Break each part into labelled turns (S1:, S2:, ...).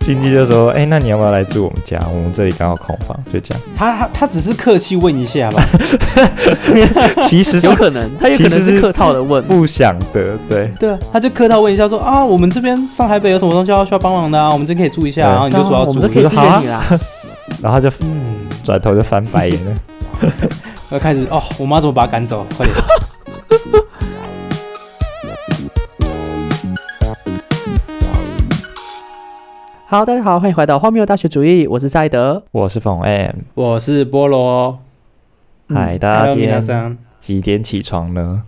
S1: 亲戚就说：“哎、那你要不要来住我们家？我们这里刚好空房。”就 这样，
S2: 他他他只是客气问一下吧，
S1: 其实是
S3: 有可能，他有可能
S1: 其实
S3: 是
S1: 是
S3: 客套的问，
S1: 不想得，对，
S2: 对啊，他就客套问一下说啊，我们这边上台北有什么东西要需要帮忙的啊，我们这边可以住一下，
S1: 对
S2: 然后你就说要
S3: 我
S2: 住
S3: 们都，可以
S1: 我
S3: 支
S1: 就说好啊
S3: 援你啦。
S1: 然后他就
S2: 嗯，
S1: 转头就翻白眼了。
S2: 要开始哦，我妈怎么把他赶走？快点，
S3: 好，大家好，欢迎回到荒谬大学主义，我是赛德。
S1: 我是冯 M，
S2: 我是菠萝，
S3: 嗯
S1: 嗨，大家今
S2: 米娜
S1: 天
S2: 桑，
S1: 几点起床呢？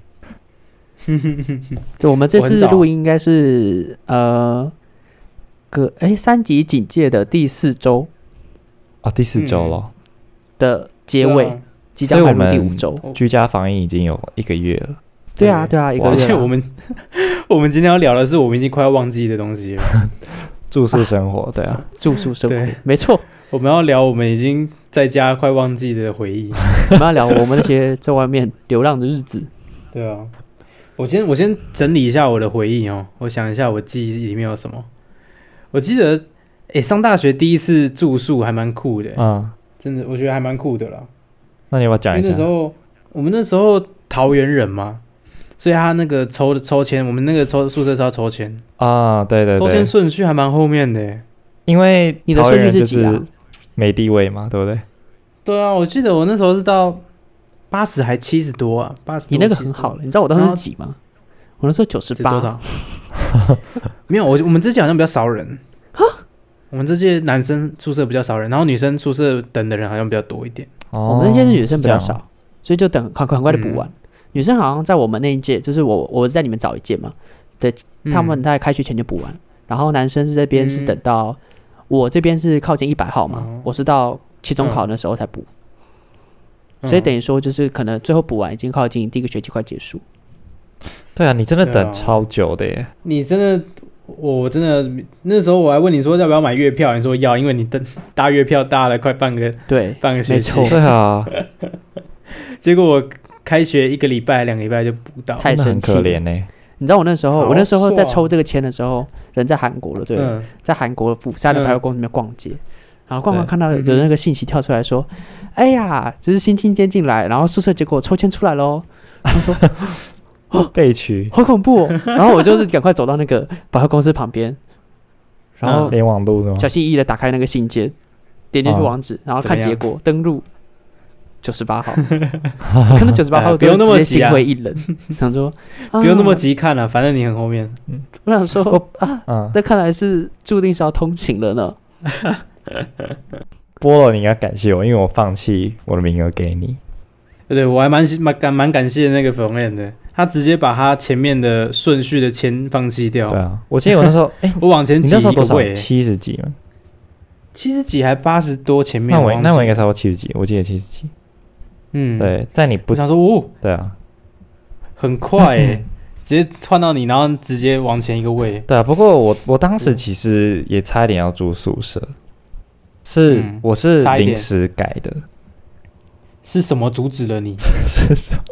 S3: 对，我们这
S2: 我很
S3: 次
S2: 早
S3: 录音应该是呃，个哎三级警戒的第四周
S1: 哦，第四周了，
S3: 的结尾，
S2: 对啊
S3: 即将迈入第五周。
S2: 嗯
S1: 居家防疫已经有一个月了。
S3: 对啊，对啊，一个
S2: 而
S3: 月
S2: 且
S3: 啦
S2: 我们 我们今天要聊的是我们已经快要忘记的东西了，
S1: 住宿生活，对啊，
S3: 住宿生活
S2: 对，
S3: 没错。
S2: 我们要聊我们已经在家快忘记的回忆。
S3: 我们要聊我们那些在外面流浪的日子。
S2: 对啊，我先我先整理一下我的回忆哦，我想一下我记忆里面有什么。我记得，诶，上大学第一次住宿还蛮酷
S3: 啊
S2: 的，
S1: 嗯，
S2: 真的，我觉得还蛮酷的啦。
S1: 那你要不要
S2: 因
S1: 讲
S2: 为
S1: 一
S2: 那时
S1: 下？
S2: 候我们那时候桃园人嘛，所以他那个抽的抽签，我们那个抽宿舍是要抽签，
S1: 啊，对对
S2: 抽
S1: 对
S2: 签，顺序还蛮后面的耶。
S1: 因为
S3: 你的
S1: 桃
S3: 顺
S1: 园
S3: 序
S1: 人
S3: 是
S1: 就
S3: 几啊
S1: 是？没地位嘛，对不对？
S2: 对啊，我记得我那时候是到八十还七十多啊，八十。
S3: 你那个很好了，你欸知道我当时是几吗？我那时候九十
S2: 是多
S3: 八，
S2: 少？ 没有，我我们这届好像比较少人。
S3: 啊
S2: 我们这届男生宿舍比较少人，然后女生宿舍等的人好像比较多一点。
S1: 哦
S3: 我们那届是女生比较
S1: 是这样哦
S2: 啊
S3: 少，所以就等很快很快的补
S2: 嗯
S3: 完。女生好像在我们那一届，就是我我在你们早一届嘛，
S2: 嗯
S3: 他们在开学前就补完，然后男生是这边是等到我这边是靠近一百号嘛，
S2: 哦
S3: 我是到期中考那时候才补，
S2: 嗯
S3: 所以等于说就是可能最后补完已经靠近第一个学期快结束，
S1: 对啊，你真的
S2: 对
S1: 等
S2: 啊
S1: 超久的耶，
S2: 你真的，我真的那时候我还问你说要不要买月票，你说要，因为你等搭月票搭了快半个
S3: 对，
S2: 半个学期
S3: 没，错
S1: 对啊，
S2: 结果我开学一个礼拜两个礼拜就补到。嗯
S3: 太
S1: 真的很
S3: 生气
S1: 可
S3: 了。
S1: 怜呢。
S3: 你知道我那时候，
S2: 好哦
S3: 我那时候在
S2: 爽
S3: 抽这个签的时候，人在韩国了，对，
S2: 嗯，
S3: 在韩国釜山的
S2: 嗯
S3: 百货公司里面逛街，然后逛逛
S1: 对
S3: 看到有那个信息跳出来
S2: 嗯
S3: 说，哎呀，就是新进监进来，然后宿舍结果抽签出来喽。他说 哦
S1: 被取，
S3: 好恐怖、哦，然后我就是赶快走到那个百货公司旁边，然后
S1: 联网
S2: 哦
S1: 路是吗？
S3: 小心翼翼的打开那个信件，点进去
S1: 哦
S3: 网址，然后
S2: 怎
S3: 看
S2: 么
S3: 结
S2: 样
S3: 果，登录九 十八号，我看到九十八
S2: 哎
S3: 号，
S2: 不用那么急
S3: 心
S2: 啊
S3: 灰意冷，想说
S2: 不用那么
S3: 啊
S2: 急看了、反正你很后面。
S3: 我 想说啊，
S1: 嗯，
S3: 那看来是注定是要通勤 了呢。
S1: 菠萝，你应该感谢我，因为我放弃我的名额给你。
S2: 对对，我还蛮蛮感蛮感谢那个粉红 M 的，他直接把他前面的顺序的签放弃掉
S1: 对。啊，我记得我那时候，哎，
S2: 我往前
S1: 你
S2: 挤
S1: 那时候
S2: 一
S1: 多
S2: 个
S1: 少
S2: 位？？
S1: 七十几吗？
S2: 七十几还八十多前面。
S1: 那我那我应该
S2: 是
S1: 差不多七十几，我记得七十几。
S2: 嗯，，
S1: 对，在你不
S2: 我想说哦，
S1: 对啊，
S2: 很快诶，
S1: 嗯
S2: 直接换到你，然后直接往前一个位。
S1: 对啊。不过我我当时其实也差一点要住宿舍，是
S2: 嗯
S1: 我是
S2: 差一点
S1: 临时改的，
S2: 是什么阻止了 你？
S1: 是什么？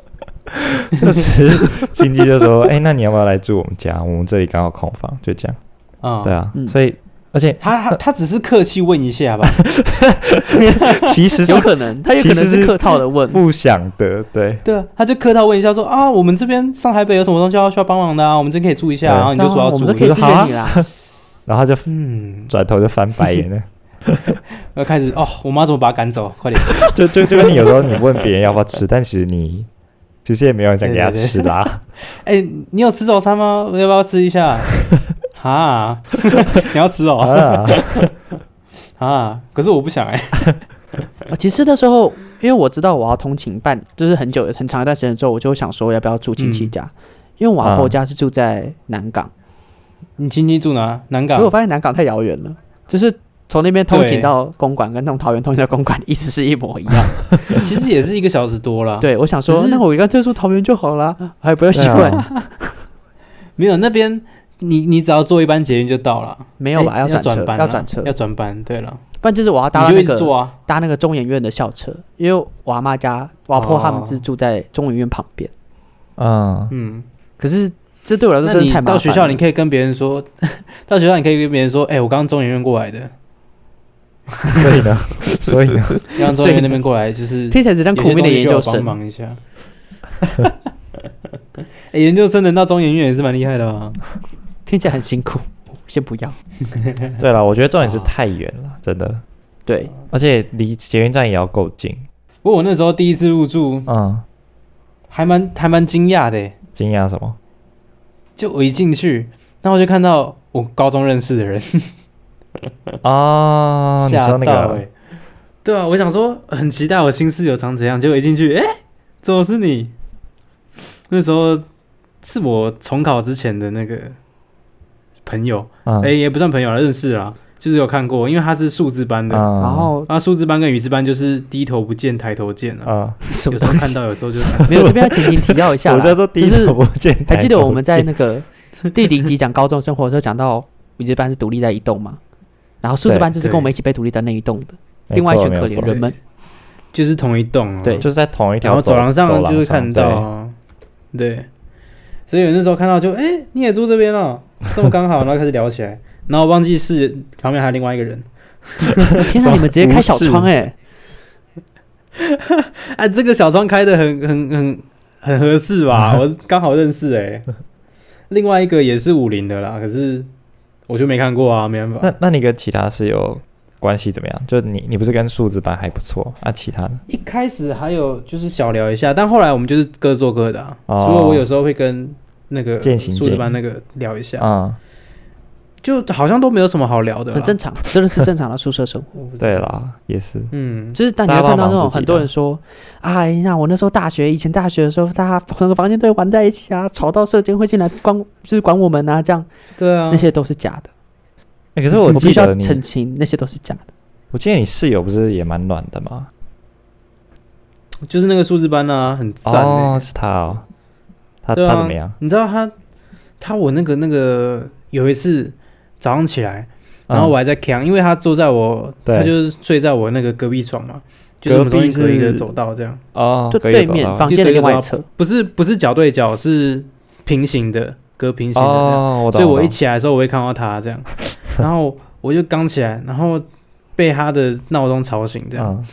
S1: 就是亲戚就说，哎，那你要不要来住我们家？我们这里刚好空房，就这样。
S2: 啊、
S1: 对啊
S3: 嗯，
S1: 所以而且
S2: 他他他只是客气问一下吧。
S1: 其实是
S3: 有可能，他有
S1: 其
S3: 可能
S1: 实
S3: 是
S1: 是
S3: 客套的问，
S1: 不想得， 对。
S2: 对啊，他就客套问一下说啊，我们这边上台北有什么东西要需要帮忙的啊？我们这边可以住一下，
S1: 对啊
S2: 然后你就说要
S3: 我
S2: 住
S3: 们都。可以
S1: 我
S3: 支
S1: 就好
S3: 援
S1: 啊
S3: 你啦。
S1: 然后他就
S2: 嗯，
S1: 转头就翻白眼了，
S2: 要开始哦，我妈怎么把他赶走？快 点，
S1: 就就就跟你有时候你问别人要不要吃， 但其实你其实也没有人想给他
S2: 对对对
S1: 吃 啦。
S2: 哎、你有吃早餐吗？要不要吃一下？ 哈， 你要吃 哦
S1: 啊，
S2: 啊！可是我不想哎、
S3: 啊，其实那时候，因为我知道我要通勤半，就是很久很长一段时间之后，我就想说要不要住亲
S2: 嗯
S3: 戚家，因为我阿
S2: 啊
S3: 婆家是住在南港，
S2: 你亲戚住哪？南
S3: 可
S2: 港
S3: 是我。发现南港太遥远了，就是从那边通勤
S2: 对
S3: 到公馆，跟从桃园通勤到公馆意思是一模一 样。
S2: 其实也是一个小时多了。，
S3: 对，我想说
S2: 只，是
S3: 那我干脆住桃园就好啦， 还不要习
S1: 对
S3: 惯。
S1: 啊
S2: 没有那边你你只要坐一班捷运就到了。
S3: 没有吧？
S2: 哎
S3: 转车，
S2: 转班，
S3: 要转车
S2: 要，转班。对了，
S3: 不然就是我要搭
S2: 你就
S3: 那
S2: 一直坐
S3: 个
S2: 啊。
S3: 搭那个中研院的校车，因为我阿妈
S2: 哦
S3: 家、我阿婆他们是住在中研院旁边，
S1: 嗯，
S2: 嗯，
S3: 可是这对我来说
S2: 那
S3: 真
S2: 你
S3: 的太麻烦了。
S2: 到学校，你可以跟别人说， 到学校你可以跟别人说，哎、我刚刚中研院过来的，
S1: 所以呢， 所以呢，
S2: 刚刚中研院那边过来，就是
S3: 听起来只像苦命的研究
S2: 有些东西需要我帮
S3: 生。
S2: 忙一下。 哎研究生能到中研院也是蛮厉害的啊。
S3: 听起来很辛苦， 先不要。
S1: 对了，我觉得重点是太远了，真的，
S3: 对，
S1: 而且离捷运站也要够近。
S2: 不过我那时候第一次入住，
S1: 嗯，
S2: 还蛮还蛮惊讶的耶。
S1: 惊讶什么？
S2: 就我一进去，然后我就看到我高中认识的人，
S1: 哦，
S3: 啊
S1: 你
S2: 吓
S1: 说那
S2: 到
S1: 个
S3: 欸
S2: 哎。对啊，我想说很期待我新室友长怎样，结果一进去，哎、怎么是你？那时候是我重考之前的那个朋友，
S1: 嗯，
S3: 啊
S2: 哎、也不算朋友了，认识了，就是有看过，因为他是数字班的，
S1: 嗯，
S3: 然后
S2: 啊，数字班跟语字班就是低头不见抬头见啊，
S1: 嗯，
S3: 是什
S2: 有
S3: 么
S2: 时候
S3: 东
S2: 看
S3: 西？
S2: 到，有时候就看
S3: 没有，这边要前情提要一下
S1: 我
S3: 啦
S1: 叫做第
S3: 就
S1: 一
S3: 是
S1: 头不见抬头见，
S3: 还记得我们在那个第零集讲高中生活的时候，讲到五级班是独立在一栋嘛，然后数字班就是跟我们一起被独立在那 一栋的，
S1: 没
S3: 另外一
S1: 错
S3: 群
S1: 没
S3: 可
S1: 错
S3: 怜人们。
S2: 就是同一栋啊，
S3: 对
S1: 就是在同一
S2: 然
S1: 条
S2: 后走廊上
S1: 走
S2: 就是看到
S1: 对
S2: 啊，对，所以我那时候看到就，哎、你也住这边哦，这 么刚好，然后开始聊起来，然后忘记是旁边还有另外一个人，
S3: 天哪，你们直接开小窗哎、
S2: 哎、这个小窗开的很很很很合适吧，我刚好认识哎、另外一个也是武林的啦，可是我就没看过啊，没办法。
S1: 那那你跟其他室友关系怎么样？就你你不是跟数字班还不错啊？其他的
S2: 一开始还有就是小聊一下，但后来我们就是各做各的、啊。
S1: 哦
S2: 除了我有时候会跟那个
S1: 渐行渐
S2: 数字班那个聊一下，
S1: 嗯，
S2: 就好像都没有什么好聊的啦。
S3: 很正常，真的是正常的宿舍生活。
S2: 我不知道
S1: 对，啊啦，也是，
S2: 嗯，
S3: 就是当你
S1: 大
S3: 会
S1: 家
S3: 看到
S1: 帮忙
S3: 那种
S1: 自己
S3: 很多
S1: 的
S3: 人说，哎呀，我那时候大学以前大学的时候，大家同个房间都会玩在一起啊，吵到射箭会进来管，就是管我们啊，这样
S2: 对啊
S3: 那，些都是假的。
S1: 欸可是 我
S3: 必
S1: 记
S3: 须要
S1: 得
S3: 澄
S1: 你，
S3: 清，那些都是假的。
S1: 我记得你室友不是也蛮暖的吗？
S2: 就是那个数字班啊，很赞、欸。
S1: 哦，是他哦，他
S2: 对啊
S1: 他怎么样？
S2: 你知道他他我那个那个有一次早上起来，
S1: 嗯
S2: 然后我还在扛、因为他坐在我，
S1: 对
S2: 他就是睡在我那个隔壁床嘛，就是我们
S1: 隔
S2: 中
S1: 壁
S2: 间隔一个
S1: 是
S2: 走道这样，
S1: 哦，
S3: 就
S1: 可以
S3: 对
S1: 走
S3: 面
S1: 到
S3: 房间的另外 一侧，
S2: 不是不是脚对角，是平行的，隔平行的这样。
S1: 哦，我懂，
S2: 所以我一
S1: 懂
S2: 起来的时候，我会看到他这样，然后我就刚起来，然后被他的闹钟吵醒，这样。
S1: 嗯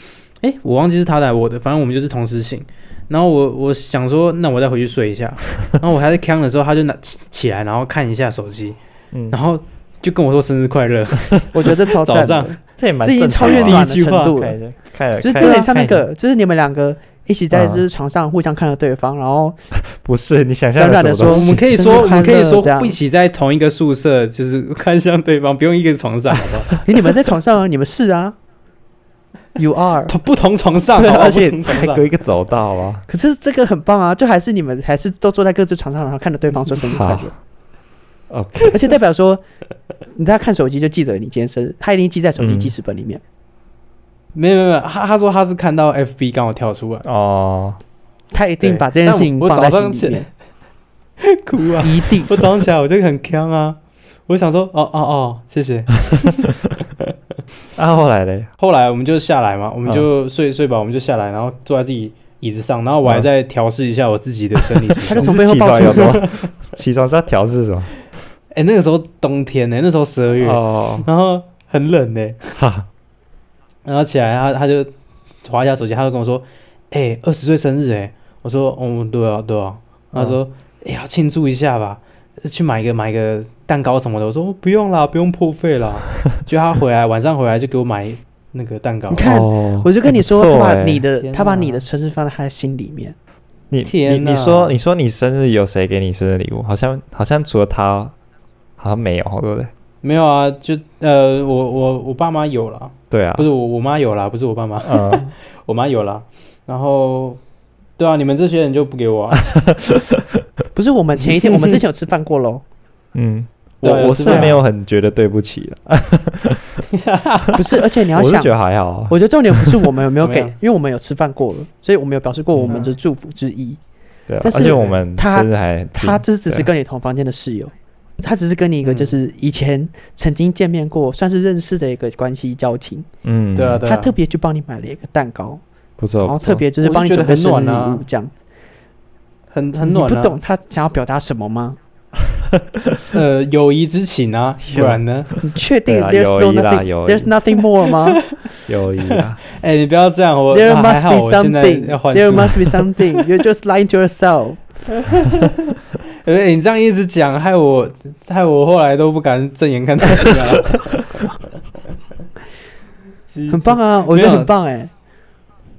S2: 哎、我忘记是他来我的，反正我们就是同时醒。然后我我想说，那我再回去睡 一下。然后我还在呛的时候，他就拿起起来，然后看一下手机，
S1: 嗯，
S2: 然后就跟我说生日快 乐。
S3: 我觉得这超
S2: 早
S3: 赞 的。
S2: 上
S1: 这也蛮
S3: 这已经
S1: 正
S3: 超
S1: 常
S3: 越
S1: 啊
S3: 暖
S2: 第
S3: 的
S2: 一句
S3: 程
S2: 话
S3: 度了
S1: 看。一下，看了，
S3: 就是
S1: 看
S3: 真的
S1: 了
S3: 很像那，
S1: 看一下
S3: 个，就是你们两个一起在
S1: 嗯
S3: 就是床上互相看着对方，然后
S1: 不是你想象
S3: 软软
S1: 的
S3: 地
S1: 什么东
S3: 说
S2: 我
S1: 西
S2: 们可以
S3: 生
S2: 说，
S3: 日
S2: 我们可
S3: 快
S2: 以
S3: 乐
S2: 说
S3: 这样
S2: 一起在同一个宿舍，就是看向对方，不用一个床上，好不 好？
S3: 你们在床上，你们是啊，you are。
S2: 同不同床上，
S1: 对
S2: 好
S1: 啊，
S2: 不好
S1: 而且
S2: 不同
S1: 还
S2: 床
S1: 隔
S2: 上
S1: 一个走道啊，
S3: 可是这个很棒啊，就还是你们还是都坐在各自床上，然后看着对方说生日快乐，
S1: 好，OK，
S3: 而且代表说你在看手机就记得你今天生日，他一定记在手机
S1: 嗯
S3: 记事本里面。
S2: 没有没有没有，他他说他是看到 FB 刚好跳出 来，
S1: 哦，
S3: 他一定
S2: 对
S3: 把这件事情
S2: 但我
S3: 放在
S2: 我早上
S3: 心里面，
S2: 哭啊！
S3: 一定。
S2: 我早上起来我就很呛啊，我想说，哦哦哦，谢谢。
S1: 啊，后来嘞，
S2: 后来我们就下来嘛，我们就睡、睡饱，我们就下来，然后坐在自己椅子上，然后我还在调试一下我自己的生理 时
S3: 他
S2: 钟
S3: 就。
S1: 你是
S3: 从背后
S1: 起
S3: 抱
S1: 床
S3: 住
S1: 有 多，起床是要调试什么？
S2: 哎、那个时候冬天呢、那时候十二月，
S1: 哦，
S2: 然后很冷呢、
S1: 哈，
S2: 然后起来他他就划一下手机，他就跟我说，哎、二十岁生日哎、我说，嗯，对啊对啊，他说，哎、呀，庆祝一下吧。去买一个买一个蛋糕什么的，我说、哦不用啦，不用破费啦。就他回来晚上回来就给我买那个蛋糕
S3: 你，看
S1: 哦
S3: 我就跟你说，
S1: 不
S3: 他
S1: 错
S3: 把
S1: 欸
S3: 你的
S2: 天
S3: 他把你
S2: 哪
S3: 的生日放在他的心里面，
S1: 你你
S2: 天
S1: 你
S2: 哪
S1: 说你说你生日有谁给你生日礼物？好像好像除了他，好像没有，对不对？
S2: 没有啊，就呃，我我我爸妈有啦，
S1: 对啊，
S2: 不是我我妈有啦，不是我爸妈，
S1: 嗯，
S2: 我妈有啦。然后，对啊，你们这些人就不给我、啊，
S3: 不是我们前一天，我们之前有吃饭 过喽，
S1: 嗯，
S2: 对啊
S1: 我我
S2: 是
S1: 是
S2: 这样
S1: 没有很觉得对不起了，
S3: 不是？而且你要
S1: 我是
S3: 想
S1: 觉，得啊还好啊。
S3: 我觉得重点不是我们有没有
S2: 怎么
S3: 给
S2: 样，
S3: 因为我们有吃饭过了，所以我们有表示过我们
S1: 嗯
S3: 的祝福之意。
S1: 对啊，
S3: 但是
S1: 而且我们
S3: 他
S1: 生日还很近
S3: 他这只是
S1: 对
S3: 跟你同房间的室友，他只是跟你一个
S2: 嗯
S3: 就是以前曾经见面过，算是认识的一个关系交情。
S1: 嗯，
S2: 对啊，，对啊。
S3: 他特别去帮你买了一个蛋糕，
S1: 不错，
S3: 然后
S1: 不错
S3: 特别就是帮你准备生日
S2: 我就觉得很
S3: 礼
S2: 暖
S3: 物
S2: 啊
S3: 这样子。
S2: 很很
S3: 你
S2: 暖、啊，
S3: 不懂他想要表达什么吗？
S2: 呃，友谊之情啊，不然呢？
S3: 你确定
S1: 对啊
S3: there's
S1: 有
S3: no
S1: 一啦有
S3: nothing
S1: 一
S3: there's nothing more 吗
S1: 友谊 啊，
S2: 哎、你不要这样，我
S3: ？There
S2: 啊还
S3: must
S2: 好
S3: be
S2: 我现在
S3: something.
S2: 要换
S3: There
S2: 吗？
S3: must be something. You're just lying to yourself.
S2: 哎、你这样一直讲，害我害我后来都不敢正眼看大啊家了。
S3: 很棒啊，我
S2: 没
S3: 觉得
S2: 有
S3: 很棒哎。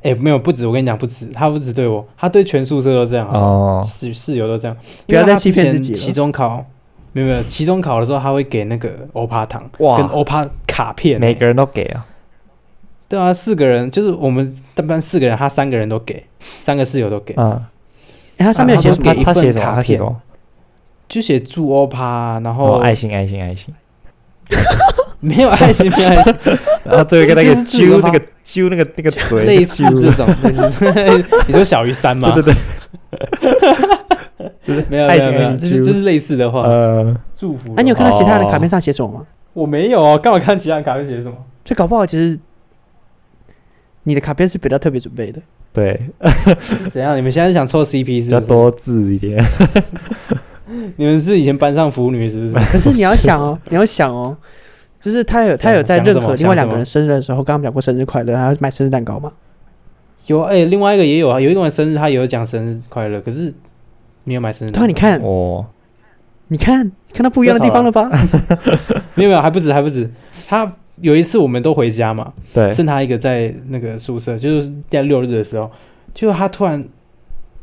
S2: 哎、没有，不止，我跟你讲，不止，他不止对我，他对全宿舍都这样啊，
S1: 哦，
S2: 室室友都这样。
S3: 不要
S2: 因为
S3: 再
S2: 他之
S3: 欺骗自
S2: 前
S3: 己了
S2: 期中考没有没有，期中考的时候他会给那个欧趴糖
S1: 哇
S2: 跟欧趴卡片、
S1: 每个人都给啊，
S2: 对啊，四个人就是我们班班四个人，他三个人都给，三个室友都给，
S1: 嗯，
S3: 哎它上面有写什
S2: 啊
S3: 么
S2: 给一
S1: 他
S2: 份
S1: 写什么？
S2: 卡
S1: 他写
S2: 片
S1: 什么？
S2: 就写祝欧趴，然后
S1: 哦，爱心，爱心，爱心。
S2: 没有爱心，没有爱心，
S1: 然后最后一个那个
S2: 这就是
S1: 揪
S2: 自由
S1: 那
S2: 吗
S1: 个揪那个那个嘴，
S2: 类似这种， 类似你说小于三吗？
S1: 对对对，
S2: 没有
S1: 爱
S2: 没
S1: 情
S2: 有没
S1: 爱
S2: 有，
S1: 情
S2: 就是
S1: 猪
S2: 就是类似的话，
S1: 呃，
S2: 祝福的话。哦
S3: 哎，你有看到其他人卡片上写什么吗？
S2: 我没有哦，干嘛看其他人卡片写什么？
S3: 就搞不好其实你的卡片是比较特别准 备的。
S1: 对，
S2: 是怎样？你们现在是想凑 CP
S1: 比
S2: 是
S1: 较
S2: 不
S1: 多字一 点。
S2: 是？你们是以前班上腐女是不是？
S3: 可是你要想哦，你要想哦，就是他有他有在任
S2: 想什
S3: 何
S2: 么
S3: 另外两个人
S2: 想什么
S3: 生日的时候，刚刚讲过生日快乐，还要买生日蛋糕嘛？
S2: 有哎，另外一个也有啊，有一个人生日他也有讲生日快乐，可是没有买生日蛋糕。
S3: 对啊，你看，
S1: 哦，
S3: 你看，看到不一样的地方了吧？
S2: 啊没有没有，还不止还不止。他有一次我们都回家嘛，
S1: 对，
S2: 剩他一个在那个宿舍，就是在六日的时候，就他突然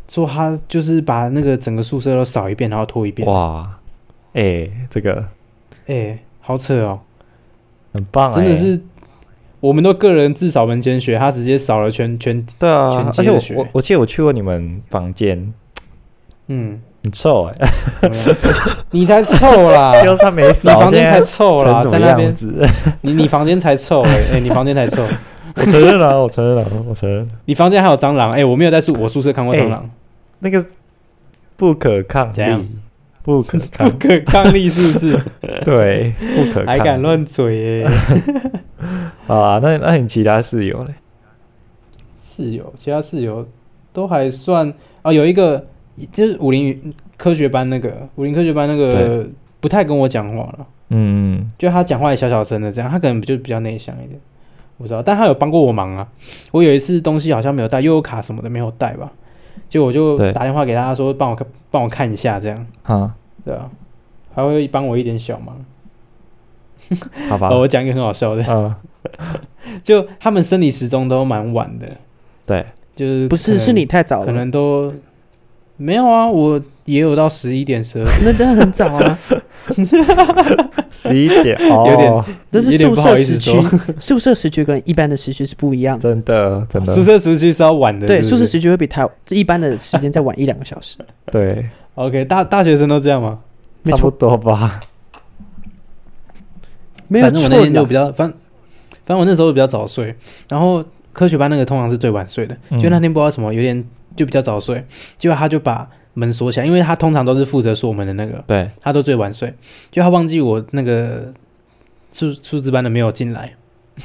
S2: 说他就是把那个整个宿舍都扫一遍，然后拖一遍。
S1: 哇，哎，这个
S2: 哎、好扯哦，
S1: 很棒，
S2: 真的
S1: 哎
S2: 是，我们都个人自扫门前雪，他直接扫了全全，
S1: 对
S2: 全
S1: 啊，
S2: 街
S1: 而且
S2: 的
S1: 我
S2: 雪
S1: 我我记得我去过你们房间，
S2: 嗯，
S1: 很臭哎，
S2: 怎么样你才臭啦，
S1: 要上 没
S2: 啊你
S1: 扫，
S2: 房
S1: 现
S2: 间
S1: 在
S2: 才臭啦，
S1: 成什么
S2: 在那
S1: 样
S2: 边，
S1: 子？
S2: 你你房间才臭、欸，哎、你房间才臭，
S1: 我承认了，我承认了，我承认，
S2: 你房间还有蟑螂，哎、我没有在宿我宿舍
S1: 哎
S2: 看过蟑螂，
S1: 那个不可抗
S2: 怎样
S1: 力，不可抗
S2: 不，可抗力是不是？
S1: 对，不 可抗
S2: 还
S1: 力，
S2: 敢乱嘴、欸？
S1: 好啊？那那你其他室友嘞？
S2: 室友，其他室友都还算啊、有一个就是武林语科学班那个武林科学班那个
S1: 对
S2: 不太跟我讲话了，
S1: 嗯，
S2: 就他讲话也小小声的这样，他可能就比较内向一点，我不知道，但他有帮过我忙啊。我有一次东西好像没有带，悠游卡什么的没有带吧，就我就
S1: 对
S2: 打电话给他说帮我看帮我看一下这样，
S1: 嗯好，
S2: 对啊，还会帮我一点小忙。
S1: 好吧
S2: 哦，，我讲一个很好笑的，
S1: 嗯，
S2: 就他们生理时钟都蛮晚的，
S1: 对，
S2: 就是
S3: 不
S2: 可
S3: 是，
S2: 能
S3: 是你太早
S2: 可
S3: 了，
S2: 能都没有啊，我也有到十一点、十 二点，
S3: 那真的很早啊。
S1: 十一点哦，
S2: 有点
S3: 但是
S2: 有点
S3: 宿
S2: 不好
S3: 舍
S2: 意
S3: 时
S2: 思
S3: 区，宿舍时区跟一般的时区是不一样的。
S1: 真的真的，
S2: 宿舍时区是要晚的，
S3: 对，
S2: 是
S3: 宿
S2: 不
S3: 舍
S2: 是
S3: 时区会比台一般的时间再晚一两个小时，
S1: 对，
S2: OK，大大学生都这样吗？
S3: 没
S1: 差不
S3: 错，
S1: 多吧。
S3: 没有
S2: 反正
S3: 错
S2: 我那天就
S3: 的
S2: 比。较，反反正我那时候比较早睡，然后科学班那个通常是最晚睡的，
S1: 嗯
S2: 就那天不知道什么有点就比较早睡，结果他就把门锁起来，因为他通常都是负责锁门的那个，
S1: 对，
S2: 他都最晚睡，就他忘记我那个数数字班的没有进来，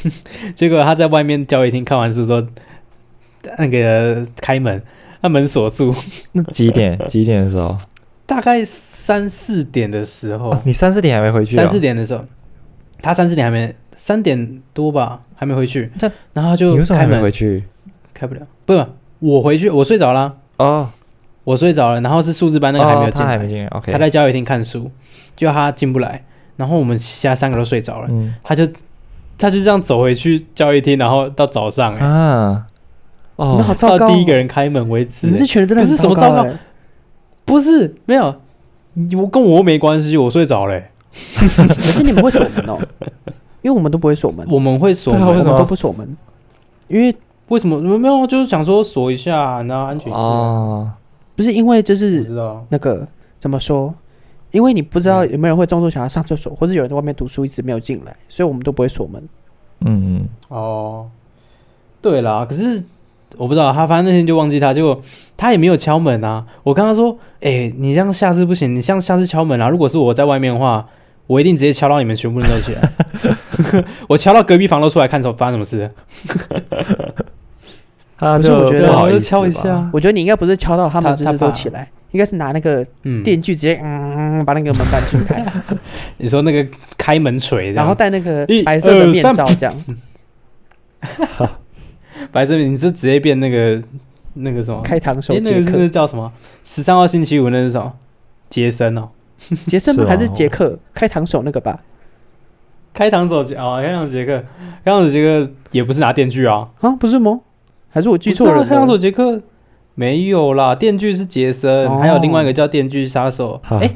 S2: 结果他在外面教育厅看完书之后，那个开门，他门锁住，
S1: 那几 点？几点的时候？
S2: 大概三四点的时候，
S1: 哦，你三四点还没回去？
S2: 三四，点的时候，他三四点还没三点多吧，还没回去
S1: 这，
S2: 然后他
S1: 你
S2: 就
S1: 为什么
S2: 开
S1: 还没
S2: 门
S1: 回去？
S2: 开不了，不是我回去，我睡着啦，
S1: 哦，
S2: 我睡着了，然后是数字班那个还没有
S1: 哦，
S2: 进
S1: 他
S2: 来，
S1: 还没进来。OK，
S2: 他在教育厅看书，就他进不来，然后我们其他三个都睡着了，
S1: 嗯
S2: 他就他就这样走回去教育厅，然后到早上、欸，
S1: 啊，
S3: 你们好
S1: 哦，
S3: 糟
S2: 到
S3: 糕哦，
S2: 第一个人开门为止、
S3: 你们这
S2: 欸
S3: 群人真的
S2: 不
S3: 很
S2: 是什么糟糕
S3: 欸
S2: 不是没有，你我跟我没关系，我睡着了、欸
S3: 可是你们会锁门哦，因为哎我们都不会锁门，
S2: 我们会锁
S1: 对啊
S3: 我
S1: 为
S2: 门
S1: 什
S3: 们
S1: 么，
S3: 都不锁门，因为
S2: 为什么没有？啊就是想说锁一下，然后安全一些
S1: 哦，
S2: 啊
S3: 不是因为就
S2: 我
S3: 是
S2: 知道。
S3: 那个怎么说？因为你不知道有没有人会中途想要上厕所，或者有人在外面读书一直没有进来，所以我们都不会锁门。
S1: 嗯嗯，
S2: 哦，对啦，可是我不知道他，反正那天就忘记他，结果他也没有敲门啊。我跟他说，哎、你这样下次不行，你像下次敲门啊。如果是我在外面的话，我一定直接敲到你们全部人都起来，啊 我敲到隔壁房都出来看什么发生什么事。
S1: 他
S3: 可是
S1: 就
S3: 我
S1: 不
S3: 觉得
S2: 对啊
S1: 好
S2: 我
S1: 意
S2: 就
S1: 思
S2: 敲一
S1: 吧
S2: 下，
S3: 我觉得你应该不是敲到他们，
S2: 他
S3: 就是
S2: 他
S3: 都
S2: 怕
S3: 起来，应该是拿那个
S2: 嗯，
S3: 电锯直接嗯把那个门板锯 开，
S2: 你说那个开门锤这样，
S3: 然后戴那个
S2: 一
S3: 白色的
S2: 二
S3: 面
S2: 三
S3: 罩这样。
S2: 白志明，你是直接变那个那个什么？
S3: 开膛手
S2: 诶
S3: 杰
S2: 那个
S3: 克
S2: 是，叫什么？十三号星期五那是什么？杰森哦，
S3: 杰森
S1: 是
S3: 吗？
S1: 吗
S3: 还是杰克？开膛手那个吧？
S2: 开膛手杰哦，开膛手杰克，开膛手杰克也不是拿电锯啊，
S3: 啊，不是吗？还是我记错
S2: 不
S3: 了
S2: 是啊开膛
S3: 吗？
S2: 手杰克没有啦，电锯是杰森，
S3: 哦
S2: 还有另外一个叫电锯杀手。
S1: 哈
S2: 哎，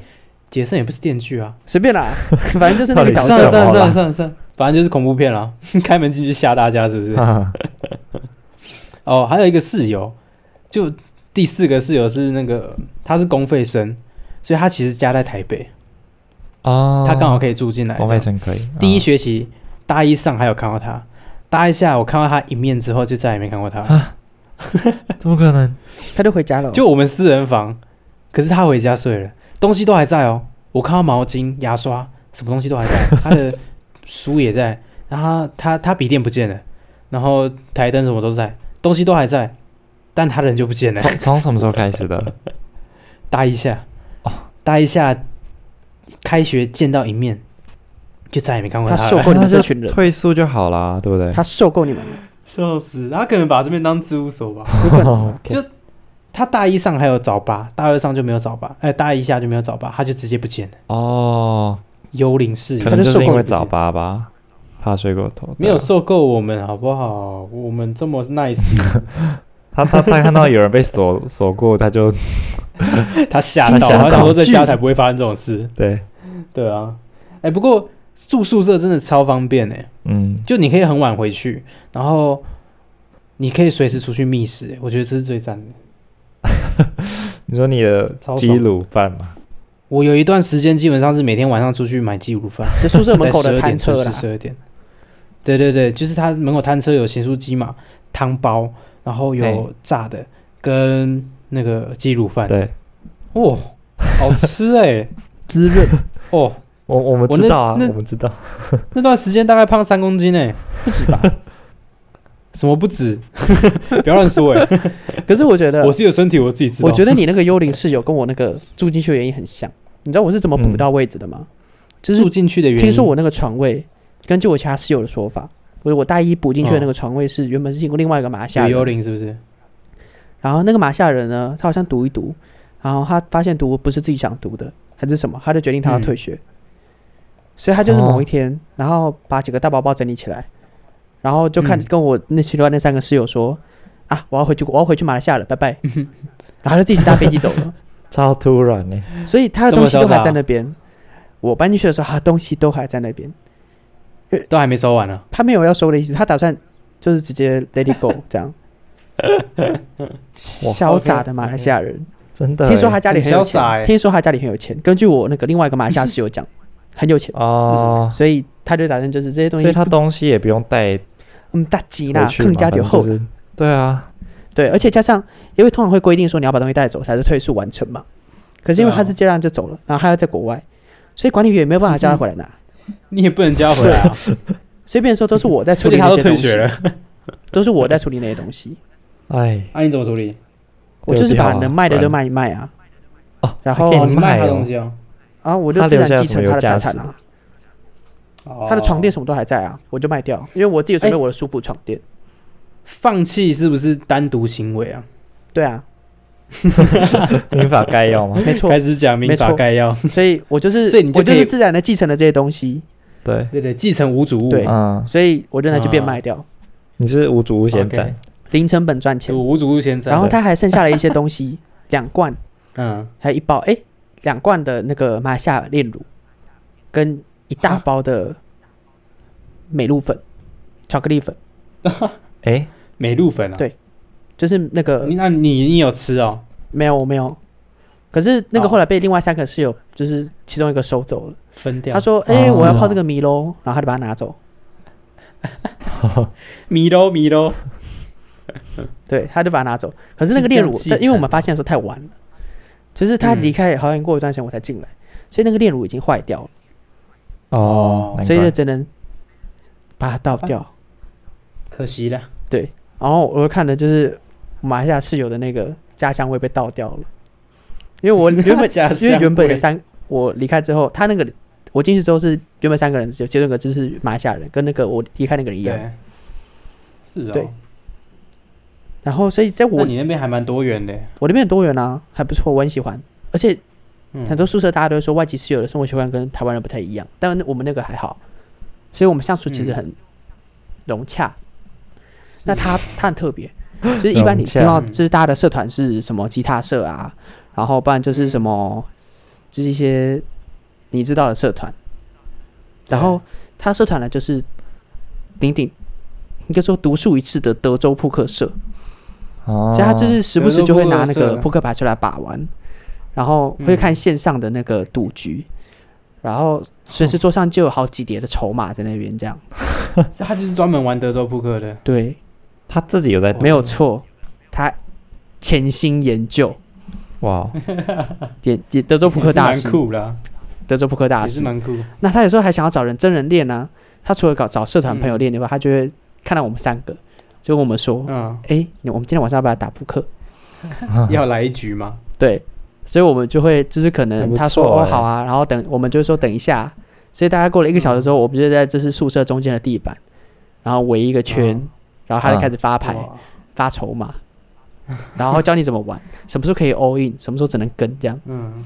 S2: 杰森也不是电锯啊，
S3: 随便啦， 反正就是那个角
S1: 搞
S2: 算了
S1: 什
S3: 色。
S1: 么啦
S2: 算了算了算了算了，反正就是恐怖片 啦，开门进去吓大家是不是？
S1: 哈
S2: 哦，还有一个室友，就第四个室友是那个他是公费生，所以他其实家在台北，
S1: 啊，
S2: 他刚好可以住进来。
S1: 公费生可以，
S2: 第一
S1: 啊
S2: 学期大一上还有看到他，大一下我看到他一面之后就再也没看过他了，
S1: 怎么可 能？
S3: 他就回家了哦。
S2: 就我们四人房，可是他回家睡了，东西都还在哦，我看到毛巾、牙刷什么东西都还在， 他的书也在，然后他他他笔电不见了，然后台灯什么都在，东西都还在，但他人就不见了。
S1: 从从什么时候开始的？
S2: 搭一下，
S1: 哦
S2: 搭一下，开学见到一面，就再也没看过
S3: 他
S2: 了
S3: 受够你们
S1: 那就
S3: 这群人，
S1: 退宿就好啦，对不对？
S3: 他受够你们了。
S2: 笑死，他可能把这边当事务所吧。
S3: 有 可能
S1: 哦 OK
S2: 就他大一上还有早八，大二上就没有早八，哎，大一下就没有早八，他就直接不见了，
S1: 哦，
S2: 幽灵室友
S1: 可能
S3: 他就
S1: 就是
S3: 受
S1: 因
S3: 够
S1: 为
S3: 了
S1: 早八吧，怕睡过头。
S2: 没有
S1: 对啊
S2: 受够我们好不好？我们这么 nice，
S1: 他他他看到有人被锁锁过，他就
S2: 他吓
S1: 心
S2: 到，
S1: 想
S2: 他想说
S1: 恐
S2: 在
S1: 惧
S2: 家才不会发生这种事。
S1: 对，
S2: 对啊，哎，不过住宿舍真的超方便哎、
S1: 嗯，
S2: 就你可以很晚回去，然后你可以随时出去觅食、欸我觉得这是最赞的。
S1: 你说你的
S2: 超爽
S1: 鸡卤饭嘛，
S2: 我有一段时间基本上是每天晚上出去买鸡卤饭，
S3: 就宿舍门口
S2: 在
S3: 的
S2: 12
S3: 摊
S2: 点
S3: 车
S2: 准时
S3: 啦，
S2: 十二点。对对对，就是他门口摊车有咸酥鸡嘛、汤包，然后
S1: 嘿
S2: 有炸的跟那个鸡卤饭，
S1: 对
S2: 哇，好吃哎、
S3: 滋润。
S2: 哦，
S1: 我我们
S2: 我
S1: 知
S2: 那
S1: 道啊，
S2: 那
S1: 我们知道，
S2: 那段时间大概胖三公斤哎、不止吧？什么不止？ 不要乱说哎、
S3: 可是我觉得
S2: 我，自己的身体我自己知道。
S3: 啊我觉得你那个幽灵室友跟我那个住进去的原因很像。你知道我是怎么补
S1: 嗯
S3: 到位置的吗？就
S2: 得
S3: 是
S2: 住进去的原因，
S3: 听说我那个床位，根据我其他室友的说法，我我大一补进去的那个床位是原本是另外一个马来西
S2: 嗯
S3: 亚
S2: 有幽
S3: 人，
S2: 灵是不是？
S3: 然后那个马来西亚人呢，他好像读一读，然后他发现读不是自己想读的，还是什么，他就决定他要
S2: 嗯
S3: 退学，所以他就是
S1: 哦
S3: 某一天，然后把几个大包包整理起来，然后就看、
S2: 嗯
S3: 跟我那其他那三个室友说啊，我要回去，我要回去马来西亚了，拜拜， 然后他就自己去搭飞机走了，
S1: 超突然欸呢，
S3: 所以他的
S2: 这么
S3: 东西都
S2: 潇洒
S3: 还在那边。我搬进去的时候，他东西都还在那边，
S2: 都还没收完呢、啊
S3: 他没有要收的意思，他打算就是直接 let it go 这样。潇洒的马来西亚人，
S1: 真的欸。
S3: 听说他家里很有
S2: 很潇洒欸
S3: 钱，听说他家里很有钱。根据我那个另外一个马来西亚室 友讲，很有钱，
S1: 哦，
S3: 所以他就打算就是这些东
S1: 所以
S3: 西，
S1: 他东西也不用带
S3: 嗯，大吉
S1: 回
S3: 啦，
S1: 去嘛，
S3: 更加
S1: 反
S3: 留
S1: 正
S3: 后
S1: 就。是对啊，
S3: 对，而且加上，因为通常会规定说你要把东西带走才是退宿完成嘛。可是因为
S2: 对啊
S3: 他是这样就走了，然后他要在国外，所以管理员也没有办法叫他回来拿。
S1: 嗯
S2: 你也不能叫他回来啊，
S3: 所以变成说都是我在啊处
S2: 而且
S3: 理
S2: 他
S3: 那
S2: 都
S3: 些
S2: 退
S3: 东西
S2: 学，了，
S3: 都是我在处理那些东西。
S1: 哎，
S2: 啊那、你怎么处理？
S3: 我就是把能卖的
S1: 对
S3: 就
S1: 啊
S3: 卖一卖啊，
S1: 哦，
S3: 然
S1: 还
S3: 后
S1: 可以
S2: 哦，你卖他
S1: 哦
S2: 东西哦。
S3: 啊，我就
S1: 他
S3: 自
S1: 留
S3: 然
S1: 下
S3: 继
S1: 什么
S3: 承
S1: 有
S3: 他的
S1: 价
S3: 财产
S1: 值
S3: 啊。
S2: 哦
S3: 他的床垫什么都还在啊，我就卖掉，因为我自己有准备我哎的舒服床垫。
S2: 放弃是不是单独行为啊？
S3: 对啊，
S1: 民法啊概要 吗？
S3: 没错
S2: 开。始讲民
S3: 没
S2: 法
S3: 错
S2: 概要，
S3: 所以我就是，
S2: 所以你就
S3: 我就
S2: 可以
S3: 是自然的继承了这些东西，
S1: 对，
S2: 对对，继承无主物，
S3: 对
S1: 嗯，
S3: 所以我仍然就变
S2: 啊
S3: 卖掉，
S1: 你是无主无闲仔
S2: OK
S3: 零成本赚
S2: 对
S3: 钱。
S2: 无主物先占。
S3: 然后他还剩下了一些东西， 两罐，
S2: 嗯，
S3: 还有一包，哎，两罐的那个马来西亚炼乳，跟一大包的美露粉，巧克力粉，
S1: 哎，
S2: 美露粉啊，
S3: 对就是那个
S2: 你那你你有吃哦？
S3: 没有，我没有。可是那个
S2: 哦
S3: 后来被另外三个室友，就是其中一个收走了。
S2: 分掉。
S3: 他说：“哎、
S1: 哦
S3: 我要泡这个米喽。”然后他就把它拿走。
S2: 米喽米喽，
S3: 对，他就把它拿走。可是那个炼乳
S2: 是这样继，承
S3: 但因为我们发现的时候太晚了，就是他
S2: 嗯
S3: 离开好像过一段时间我才进来，所以那个炼乳已经坏掉了，
S1: 哦，难
S3: 所以就
S1: 怪
S3: 只能把它倒掉。哦
S2: 可惜了，
S3: 然后我就看的就是马来西亚室友的那个家乡味被倒掉了，因为我原本
S2: 家
S3: 因为
S2: 乡
S3: 原本有
S2: 味
S3: 三，我离开之后，他那个我进去之后是原本三个人，只有其中一个就是马来西亚人，跟那个我离开那个人一样。
S2: 对，是哦。
S3: 对然后所以在
S2: 那
S3: 我
S2: 你那边还蛮多元的，
S3: 我那边很多元啊，还不错，我很喜欢。而且
S2: 嗯
S3: 很多宿舍大家都会说外籍室友的生活习惯跟台湾人不太一样，但我们那个还好，所以我们相处其实
S2: 嗯
S3: 很融洽。那他他很特别，就是一般你
S1: 融洽
S3: 知道，就是大家的社团是什么吉他社啊，然后不然就是什么，就是一些你知道的社团。然后他社团呢，就是鼎鼎，应该说独树一帜的德州扑克社。
S1: 哦，
S3: 所以他就是时不时就会拿那
S2: 德州扑克社
S3: 个扑克牌出来把玩，然后会看线上的那个赌局，然后随时桌上就有好几叠的筹码在那边，这样
S2: 所以他就是专门玩德州扑克的，
S3: 对，
S1: 他自己有在
S3: 没有错，他潜心研究，
S1: 哇，
S3: 也也德州扑克大
S2: 也是
S3: 师
S2: 蛮，酷啦，
S3: 德州扑克大
S2: 也是
S3: 师。
S2: 蛮酷。
S3: 那他有时候还想要找人真人练呢、他除了搞找社团朋友练以外，他就会看到我们三个，就跟我们说
S2: 嗯，：“
S3: 哎，你我们今天晚上要不要打扑克？”
S2: 要来一局嘛？
S3: 对，所以我们就会就是可
S1: 很
S3: 能
S1: 不
S3: 他说
S1: 错
S3: 哦
S1: 欸
S3: 好啊，然后等我们就说等一下，所以大概过了一个小时之后，我们就在这是宿舍中间的地板，然后围一个圈，
S2: 嗯
S3: 然后他就
S1: 嗯
S3: 开始发牌、
S2: 哇
S3: 发筹码，然后教你怎么玩， 什么时候可以 all in，什么时候只能跟，这样
S2: 嗯，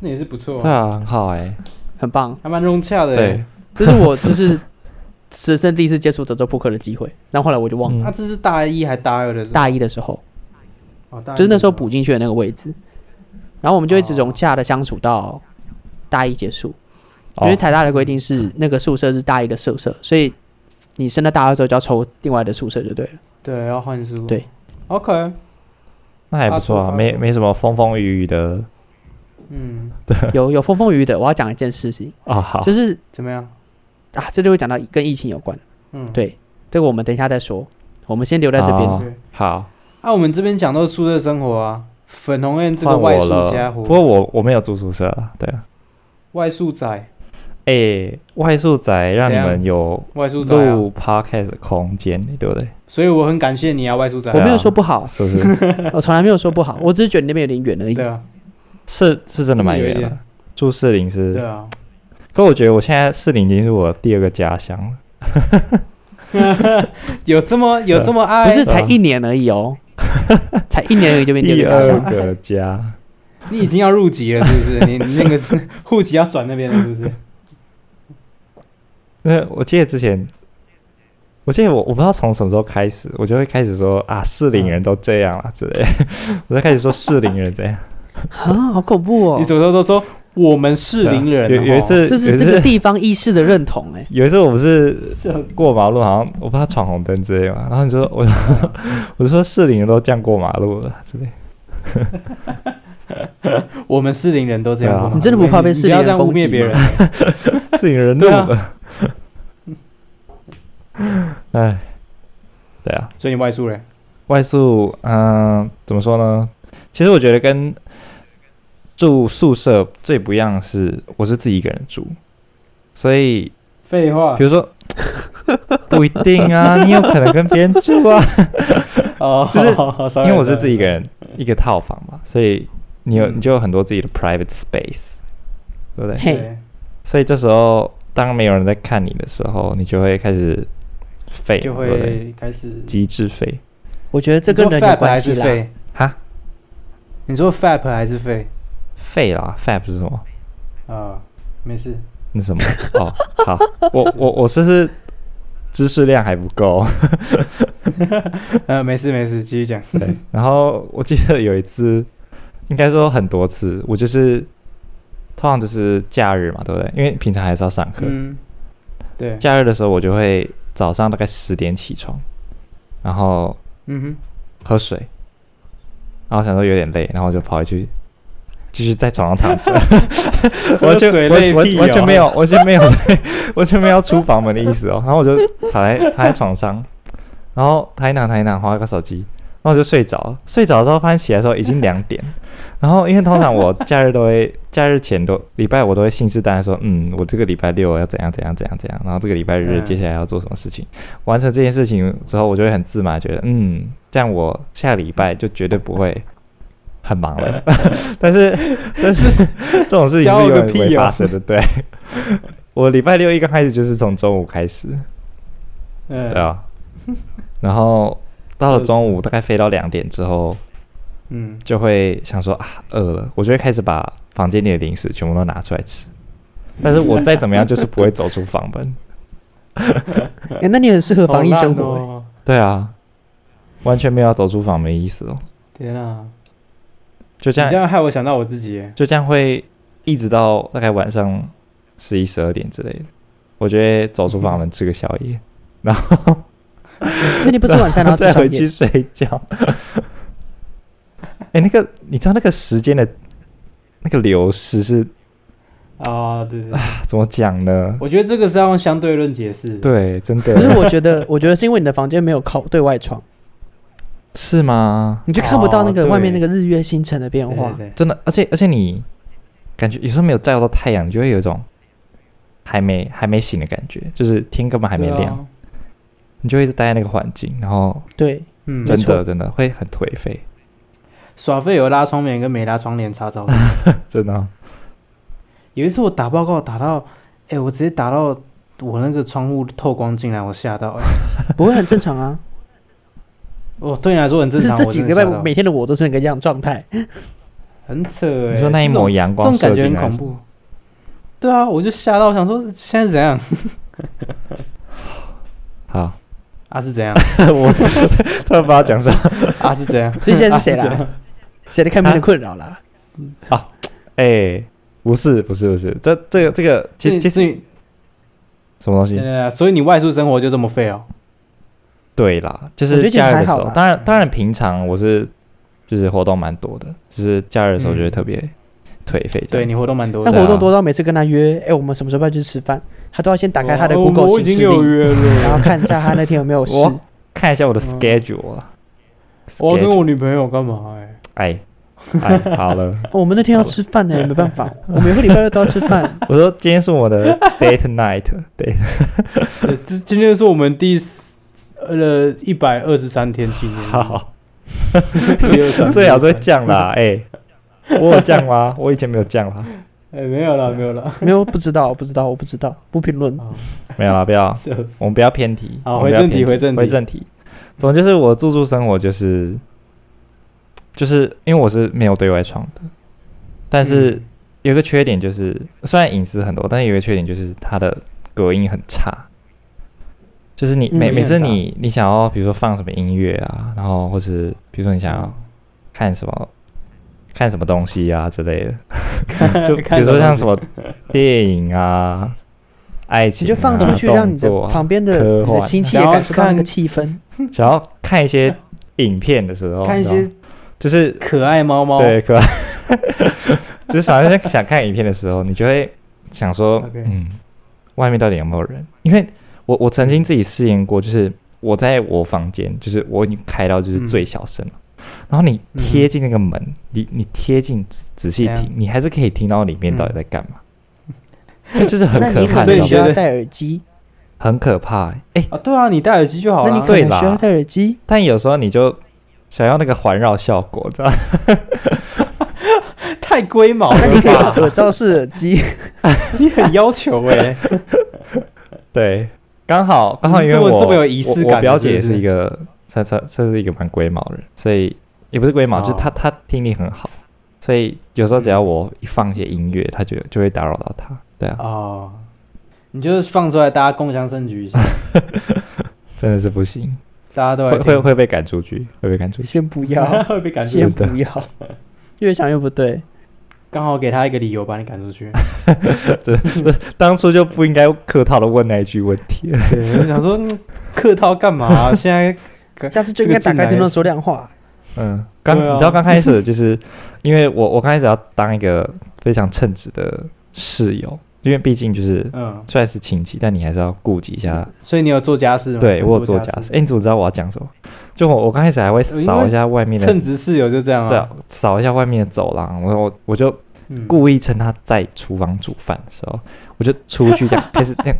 S2: 那也是不错
S1: 对
S2: 啊，
S1: 啊，很好哎，
S3: 很棒。
S2: 还蛮融洽的。欸
S1: 对，，
S3: 这是 我就是此生第一次接触德州扑克的机会，然后后来我就忘了。
S1: 嗯
S2: 啊那这是大一还大二的时候？
S3: 大一的时候，
S2: 哦大一
S3: 就是那时候
S2: 的
S3: 补进去的那个位置，然后我们就一直
S2: 哦
S3: 融洽的相处到大一结束。
S1: 哦
S3: 因为台大的规定是那个宿舍是大一的宿舍，所以你升到大二之后就要抽另外的宿舍就对了。
S2: 对要换书。
S3: 对
S2: ，OK，
S1: 那还不错
S2: 发出
S1: 啊，
S2: 发
S1: 没
S2: 出
S1: 没什么风风雨雨的
S2: 嗯，
S3: 有有风风雨雨的，我要讲一件事情，
S1: 啊，好，
S3: 就是
S2: 怎么样？
S3: 啊，这就会讲到跟疫情有关，
S2: 嗯，
S3: 对这个我们等一下再说，我们先留在这边。
S1: 哦
S2: 对。
S1: 好，
S2: 啊，我们这边讲到宿舍生活啊，粉红燕这个
S1: 换
S2: 外
S1: 我
S2: 宿家
S1: 了，
S2: 伙，
S1: 不过我我没有住宿舍啊，对啊，
S2: 外宿仔，
S1: 哎，外宿宅让你
S2: 怎样
S1: 们有
S2: 外宿仔、啊，
S1: 录 podcast 的空间，对不对？
S2: 所以我很感谢你啊，外宿仔。
S3: 我
S1: 对啊
S3: 没有说不好，
S1: 是不 是？
S3: 我从来没有说不好，我只是觉得那边有点远而已
S2: 对。啊，
S1: 是是真的蛮
S2: 有一
S1: 远的
S2: 点，
S1: 住士林是
S2: 对啊，
S1: 可我觉得我现在士林已经是我第二个家乡了。
S2: 有这么有这么
S1: 啊
S2: 爱？
S3: 不是才一年而已哦，才一年而已就变第
S1: 第
S3: 二个家
S1: 二
S3: 乡。
S1: 个家，
S2: 你已经要入籍了，是不是？你你那个户籍要转那边了，是不是？
S1: 那我记得之前，我记得我我不知道从什么时候开始，我就会开始说啊，士林人都这样啊之类的， 我就开始说士林人怎样。
S3: 啊，好恐怖
S2: 你
S3: 哦！
S2: 什么时候都说我们士林人哦，
S1: 对啊有有一次，
S3: 这
S1: 有
S3: 是这个
S1: 一次
S3: 地方意识的认同哎，
S1: 有一次我不是过马路，好像我不知道闯红灯之类嘛，然后你 就说 我我就说士林人都这样过马路了 之类，
S2: 我们士林人都这样
S1: 对啊
S2: 过吗，
S1: 你
S3: 真的不怕被
S2: 你
S3: 士林
S2: 不要
S3: 人
S2: 这样污
S3: 攻击
S2: 蔑别人
S3: 吗，
S1: 士林人怒
S2: 对啊
S1: 了。哎，对啊，
S2: 所以你外宿人，
S1: 外宿，嗯、怎么说呢？其实我觉得跟住宿舍最不一样的是，我是自己一个人住，所以
S2: 废话
S1: 比如 说不一定啊，你有可能跟别人住啊，
S2: 哦，
S1: 就是
S2: sorry，
S1: 因为我是自己一个
S2: sorry
S1: 人一个套房嘛，所以你有
S2: 嗯
S1: 你就有很多自己的 private space，对不对？
S3: 嘿
S2: 对
S1: 所以这时候当没有人在看你的时候，你就会开始废嘛，
S2: 就
S1: 对不对
S2: 会开始
S1: 极致废
S3: 我觉得这
S2: 个
S3: 跟人有关系啦。
S1: 哈，
S2: 你说 fap 还是废
S1: 废啦，fab 是什么？
S2: 啊？没事，
S1: 那什么？哦，好，我我我是不是知识量还不够？
S2: 呃，没事没事，继续讲。
S1: 对。然后我记得有一次，应该说很多次，我就是通常就是假日嘛，对不对？因为平常还是要上课，
S2: 嗯，对，
S1: 假日的时候我就会早上大概十点起床，然后
S2: 嗯
S1: 喝水，然后想说有点累，然后我就跑回去。继续在床上躺着，
S2: 哼，
S1: 完全
S2: 喝水
S1: 完
S2: 累
S1: 完
S2: 屁哦
S1: 完全没 有，完全没有，完全没有出房门的意思哦。然后我就躺在躺在床上，然后躺一躺躺一躺，划个手机，然后我就睡着了。睡着之后发现起来的时候已经两点，然后因为通常我假日都会，假日前都礼拜我都会信誓旦旦说，嗯，我这个礼拜六要怎样怎样怎样怎样，然后这个礼拜日
S2: 嗯
S1: 接下来要做什么事情。完成这件事情之后，我就会很自满，觉得嗯，这样我下礼拜就绝对不会很忙了，但是但是这种事情
S2: 骄傲
S1: 是永
S2: 个
S1: 远不
S2: 屁
S1: 会
S2: 哦
S1: 发生的。对，我礼拜六一刚开始就是从中午开始，
S2: 嗯，
S1: 对啊，然后到了中午大概飞到两点之后，
S2: 嗯，
S1: 就会想说啊饿了，我就会开始把房间里的零食全部都拿出来吃。但是我再怎么样就是不会走出房门。
S3: 哎那你很适合防疫生活、
S2: 好
S3: 欸
S2: 烂哦
S1: 对啊，完全没有要走出房门的意思哦。
S2: 天啊，
S1: 就这
S2: 你
S1: 样
S2: 这样害我想到我自己耶，
S1: 就这样会一直到大概晚上十一、十二点之类的。我就会走出房门吃个宵夜，然后
S3: 欸所以你不吃晚餐，然后吃
S1: 再
S3: 宵
S1: 回去
S3: 夜。
S1: 睡觉。 哎、那个你知道那个时间的那个流逝是
S2: 啊，对 对对，
S1: 怎么讲呢？
S2: 我觉得这个是要用相对论解释的。
S1: 对，真
S3: 可是
S1: 的
S3: 我觉得， 我觉得是因为你的房间没有靠对外窗，
S1: 是吗？
S3: 你就看不到那
S2: 哦
S3: 个
S2: 对
S3: 外面那个日月星辰的变
S2: 对
S3: 化
S2: 对。对，
S1: 真的，而且而且你感觉有时候没有照到太阳，你就会有一种还没还没醒的感觉，就是天根本还没
S2: 对啊
S1: 亮，，你就一直待在那个环境，然后
S3: 对，
S2: 嗯，
S1: 真
S3: 没
S1: 的
S3: 错
S1: 真的会很颓废，
S2: 耍废有拉窗帘跟没拉窗 帘差超多。
S1: 真的。啊
S2: 有一次我打报告打到，哎、我直接打到我那个窗户透光进来，我吓到、哎，
S3: 不会很正 常啊。
S2: 我对你来说很
S3: 就
S2: 正
S3: 是
S2: 常。
S3: 这几
S2: 我真的
S3: 个礼拜
S2: 吓到
S3: 我每天的我都是那个样 状态。
S2: 很扯哎、
S1: 你说那一
S2: 这种
S1: 抹阳
S2: 这
S1: 光
S2: 种感
S1: 射
S2: 觉
S1: 进
S2: 很
S1: 来
S2: 恐
S1: 是，
S2: 怖。对啊，我就吓到，我想说现在是怎样
S1: 好，
S2: 啊？是怎样
S1: 我突然不知道讲啥
S2: 啊？是 怎样？
S3: 所以现在是谁
S2: 啊是这
S3: 啦？ 谁的看病的困扰 啦？
S1: 啊。哎、不是不是不是，这这个这个，其
S2: 这
S1: 其实
S2: 所以
S1: 什么东西？
S2: 呃，所以你外出生活就这么废哦？
S1: 对啦，就
S3: 我
S1: 是
S3: 觉得其实
S1: 假日的
S3: 还
S1: 时
S3: 好
S1: 候，
S3: 啦
S1: 当然当然平常我是就是活动蛮多的，就是假日的时候就会特别颓废这样子。
S2: 嗯对你活动蛮多
S3: 那
S2: 的。
S1: 对啊
S3: 活动多到每次跟他约，哎，我们什么时候要去吃饭？他都要先打开他的
S2: 哦
S3: Google
S2: 我已
S3: 行
S2: 经
S3: 事
S2: 有
S3: 历，
S2: 约
S3: 然
S2: 了，
S3: 后看一下他那天有没有事。
S1: 我看一下我的
S2: 嗯
S1: schedule 啦。
S2: 我要跟
S1: schedule
S2: 我女朋友干嘛、哎，
S1: 哎哎，好 了，
S3: 哦我们那天要吃饭呢，没办法，我们每个礼拜六都要吃饭。
S1: 我说今天是我的 date night，对，
S2: 对，这今天是我们第四呃一百二十三天纪念日。
S1: 好，
S2: 123
S1: 最好是会降啦，哎，我有降吗？我以前没有降啦，
S2: 哎，没有了，没有了。
S3: 没有，不知道，我不知道，我不知道，不评论。
S2: 好
S1: 没有啦，不要，
S2: 笑死
S1: 我们不要偏题。
S2: 好
S1: 我们不要偏
S2: 回正题
S1: 回正题。总之就是我住宿生活就是，就是因为我是没有对外窗的，但是
S2: 嗯
S1: 有一个缺点就是，虽然隐私很多，但是有一个缺点就是它的隔音很差。就是你
S3: 嗯
S1: 每、
S2: 隔音
S1: 每次
S2: 很差
S1: 你你想要比如说放什么音乐啊，然后或是比如说你想要看什么看什么东西啊之类的，就比
S2: 看
S1: 如说
S2: 什么
S1: 像什么电影 啊、爱情、
S3: 你
S1: 啊，
S3: 就放出去，让你的
S1: 动作啊
S3: 旁边的
S1: 科
S3: 你的
S1: 幻
S3: 亲戚也
S2: 然后
S3: 感受到那
S2: 看
S3: 个气氛。
S1: 想要看一些影片的时候，
S2: 看一
S1: 你知
S2: 些哦
S1: 道就是
S2: 可爱猫猫。
S1: 对，可爱， 就是想要想看影片的时候，你就会想说
S2: OK
S1: 嗯，外面到底有没有人？因为我我曾经自己试验过，就是我在我房间，就是我已经开到
S2: 嗯
S1: 就是最小声了。然后你贴近那个门，你你贴近仔细
S2: 怎样
S1: 听，你还是可以听到里面到底在干嘛， 所以就是很
S3: 那
S1: 可
S3: 你
S1: 怕
S3: 可
S1: 的
S2: 所以
S1: 东
S2: 你
S3: 能需
S1: 西，
S2: 觉
S3: 要
S2: 得
S3: 戴耳机，
S1: 很可怕、欸。哎、
S2: 啊，对啊，你戴耳机就好
S3: 那
S2: 了。
S3: 你
S1: 哦
S3: 可
S1: 对
S3: 能需
S1: 啦
S3: 要戴 耳机。
S1: 但有时候你就想要那个环绕效果，知道吗？
S2: 太龟毛
S3: 那你
S2: 了
S3: 可以把
S2: 吧？
S3: 耳罩式耳 机，
S2: 你很要求哎。
S1: 对，刚好刚好因为
S2: 你是这么
S1: 我
S2: 这么有仪式感
S1: 我，
S2: 的
S1: 我表姐也
S2: 是不
S1: 是
S2: 是
S1: 一个，算算算是一个蛮龟毛的人，所以也不是龟毛，
S2: 哦
S1: 就是她她听力很好，所以有时候只要我一放一些音乐，她就就会打扰到她。对啊，
S2: 哦，你就放出来，大家共襄盛举一下，
S1: 真的是不行，
S2: 大家都来
S1: 会会
S2: 听
S1: 会被赶出去，会被赶出去。
S3: 先不要，
S2: 会被赶出去
S3: 先。不要，越想越 不对。
S2: 刚好给他一个理由把你赶出去。
S1: 当初就不应该客套的问那一句问题。
S2: 对，我就想说嗯客套干 嘛？现在
S3: 下次就应该打开
S2: 这
S3: 电
S2: 个
S3: 脑
S2: 进
S3: 说亮话。
S1: 嗯，刚、
S2: 对啊
S1: 你知道刚开 始就是因为我我刚开始要当一个非常称职的室友，因为毕竟就是
S2: 来嗯，
S1: 虽然是亲戚，但你还是要顾及一下。
S2: 所以你有做家事吗？
S1: 对我有做
S2: 做
S1: 家事，哎、你怎么知道我要讲什么？就我我刚开始还会扫一下外面的
S2: 称，职室友就这样
S1: 对、啊，扫一下外面的走廊。我我我就
S2: 嗯
S1: 故意趁他在厨房煮饭的时候，我就出去这样开始这样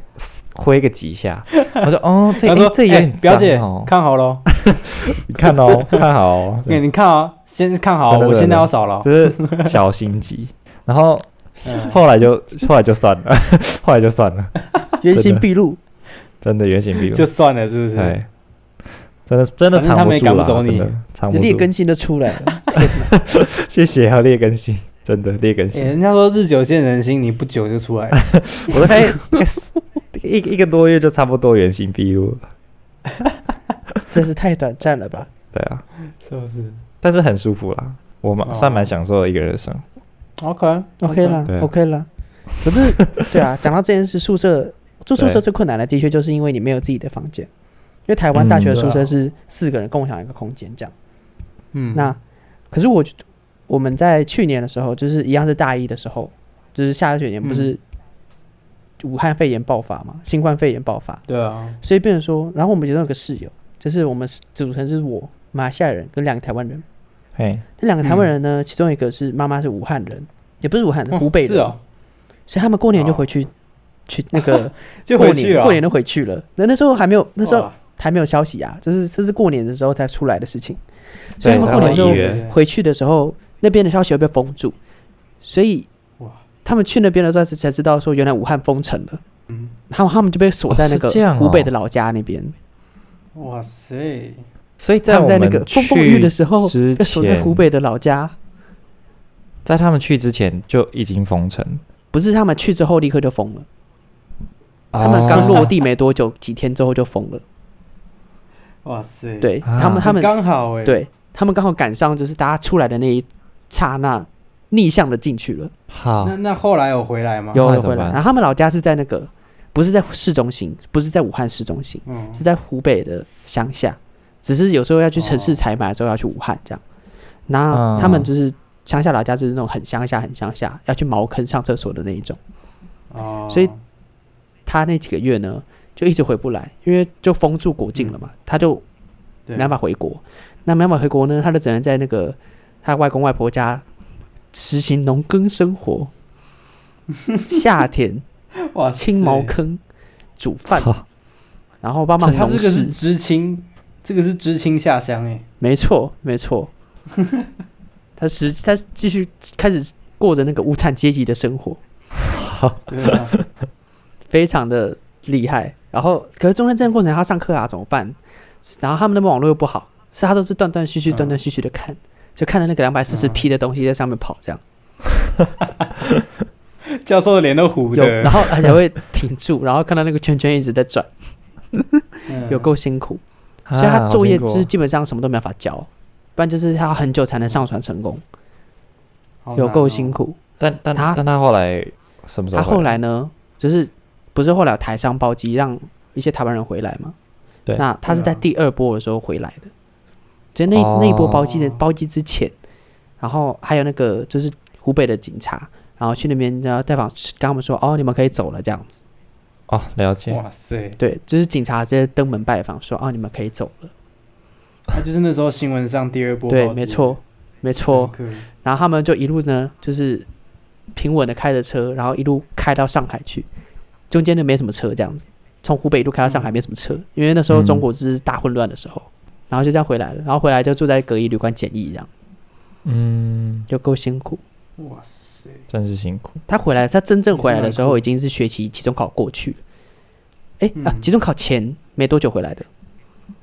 S1: 挥个几下，我说哦，这、
S2: 他
S1: 欸
S2: 说
S1: 这有
S2: 哎
S1: 点
S2: 表姐
S1: 脏哦，
S2: 看好咯，
S1: 你看 哦，看好、哦，
S2: 你你看啊，先看好，
S1: 真的
S2: 我
S1: 真
S2: 现
S1: 的
S2: 在要扫了。
S1: 就是小心机。然后
S2: 嗯
S1: 后来就后来就算了，后来就算了，
S3: 原形毕露。
S1: 真的原形毕露。
S2: 就算了，是不哎
S1: 对
S2: 是？，
S1: 真的真的
S2: 反正
S1: 藏
S2: 他
S1: 不
S2: 们也
S1: 住
S2: 赶不
S1: 了，
S2: 走
S1: 真
S2: 你
S1: 的藏不
S3: 劣
S1: 住
S3: 根。性都出来了，
S1: 谢谢啊，劣根性，真的劣根
S2: 哎
S1: 性。
S2: 人家说日久见人心，你不久就出 来了。
S1: 我大概
S3: 哎
S1: 一一个多月就差不多原形毕露了。
S3: 真是太短暂 了吧？
S1: 对啊，
S2: 是不是
S1: 但是很舒服啦，我蛮、
S2: 哦
S1: 算蛮享受一个人的生活。
S2: ？OK
S3: OK 啦
S1: 对啊
S3: ，OK 啦。可是， 对啊，讲到这件事，宿舍住宿舍
S1: 对
S3: 最困难的，的确就是因为你没有自己的房间。因为台湾大学的
S1: 嗯
S3: 宿
S2: 对
S3: 舍
S2: 啊
S3: 是四个人共享一个空间这样。
S2: 嗯，
S3: 那可是我我们在去年的时候，就是一样是大一的时候，就是下学年不是
S2: 嗯
S3: 武汉肺炎爆发嘛，新冠肺炎爆发，
S2: 对啊，
S3: 所以变成说，然后我们其中有个室友，就是我们组成是我马来西亚人跟两个台湾人，
S1: 嘿，
S3: 这两个台湾人呢，其中一个是妈妈是武汉人，也不是武汉，是
S2: 嗯哦
S3: 湖北
S2: 是
S3: 人，
S2: 哦，
S3: 所以他们过年就
S2: 哦
S3: 回去、去那个
S2: 就
S3: 过
S2: 回去
S3: 年
S2: 了。
S3: 过年都回去了。那那时候还没有，那时候
S2: 哇
S3: 还没有消息啊，就是这是过年的时候才出来的事情，所以
S1: 对，
S3: 他们
S1: 他
S3: 过
S1: 们
S3: 年之
S1: 一
S3: 后
S1: 月，
S3: 回去的时候，那边的消息又被封住，所以
S2: 哇
S3: 他们去那边的时候才才知道说，原来武汉封城了。
S2: 嗯
S3: 他们他们就被锁在那
S1: 哦是这
S3: 个
S1: 样哦
S3: 湖北的老家那边，
S2: 哇塞，
S1: 所以在
S3: 他
S1: 我
S3: 们在那个
S1: 们
S3: 风风雨雨的
S1: 去
S3: 时候，
S1: 之
S3: 被锁在
S1: 前
S3: 湖北的老家。
S1: 在他们去之前就已经封城，
S3: 不是他们去之后立刻就封了，
S1: 哦
S3: 他们刚落地没多久，几天之后就封了。
S2: 哇塞，，
S3: 对
S1: 啊
S3: 他们，他们
S2: 刚好哎，，
S3: 对他们刚好赶上，就是大家出来的那一刹那，逆向的进去了，
S1: 啊好
S2: 那那后来有回来吗？
S3: 啊有
S1: 那
S3: 有
S1: 怎么
S3: 回来。
S1: 办
S3: 然后他们老家是在那个，不是在市中心，不是在武汉市中心，
S2: 嗯，
S3: 是在湖北的乡下，只是有时候要去城市
S2: 哦嗯
S3: 采买，之后要去武汉这样。那他们就是乡下老家，就是那种很乡下、很乡下，要去茅坑上厕所的那一种。
S2: 哦，
S3: 所以他那几个月呢，就一直回不来，因为就封住国境了嘛，他就
S2: 对
S3: 没办法回国。那没办法回国呢，他就只能在那个他外公外婆家实行农耕 生活，下田、
S2: 哇塞，
S3: 清茅坑、煮饭，
S1: 好
S3: 然后帮忙
S2: 他这
S3: 农
S2: 个是
S3: 事。
S2: 知青，这个是知青下乡哎，
S3: 没错，没错。他实他继续开始过着那个无产阶级的生活，
S2: 对 啊，
S3: 非常的厉害。然后，可是中间这段过程他上课啊怎么办？然后他们那边网络又不好，所以他都是断断续续、
S2: 嗯
S3: 断断续续的看，就看着那个两百四十 P 的东西在上面跑，这样
S2: 教授的脸都糊
S3: 有，然
S2: 的，
S3: 后而且会停住，然后看到那个圈圈一直在转，
S2: 嗯
S3: 有够辛苦。
S1: 啊
S3: 所以他
S1: 好
S3: 作业
S1: 辛苦
S3: 就
S1: 哦
S3: 是基本上什么都没办法教，不然就是他很久才能上传成功，
S2: 好
S3: 有
S2: 难
S3: 够
S2: 哦
S3: 辛苦。
S1: 但但
S3: 他
S1: 但他后来什么时候
S3: 他
S1: 回？
S3: 后来呢，就是不是后来有台商包机让一些台湾人回来嘛？
S1: 对
S3: 那他是在
S2: 对啊
S3: 第二波的时候回来的，所以那一、
S1: 哦
S3: 那一波包机的包机之前，然后还有那个就是湖北的警察，然后去那边然后带访，跟他们说哦，你们可以走了这样子。
S1: 哦，了解，
S2: 哇塞，
S3: 对，就是警察直接登门拜访说哦，你们可以走了。
S2: 他就是那时候新闻上第二波，
S3: 对，没错，，没错。
S2: 深刻，
S3: 然后他们就一路呢，就是平稳的开着车，然后一路开到上海去，中间就没什么车这样子，从湖北一路开到上海没什么车，因为那时候中国是大混乱的时候，
S1: 嗯
S3: 然后就这样回来了，然后回来就住在隔离旅馆简易这样，
S1: 嗯，
S3: 就够辛苦。
S2: 哇塞，
S1: 真是辛苦。
S3: 他回来，他真正回来的时
S2: 也是蛮
S3: 候
S2: 酷
S3: 已经是学期期中考过去了，哎、啊，
S2: 嗯
S3: 期中考前没多久回来的，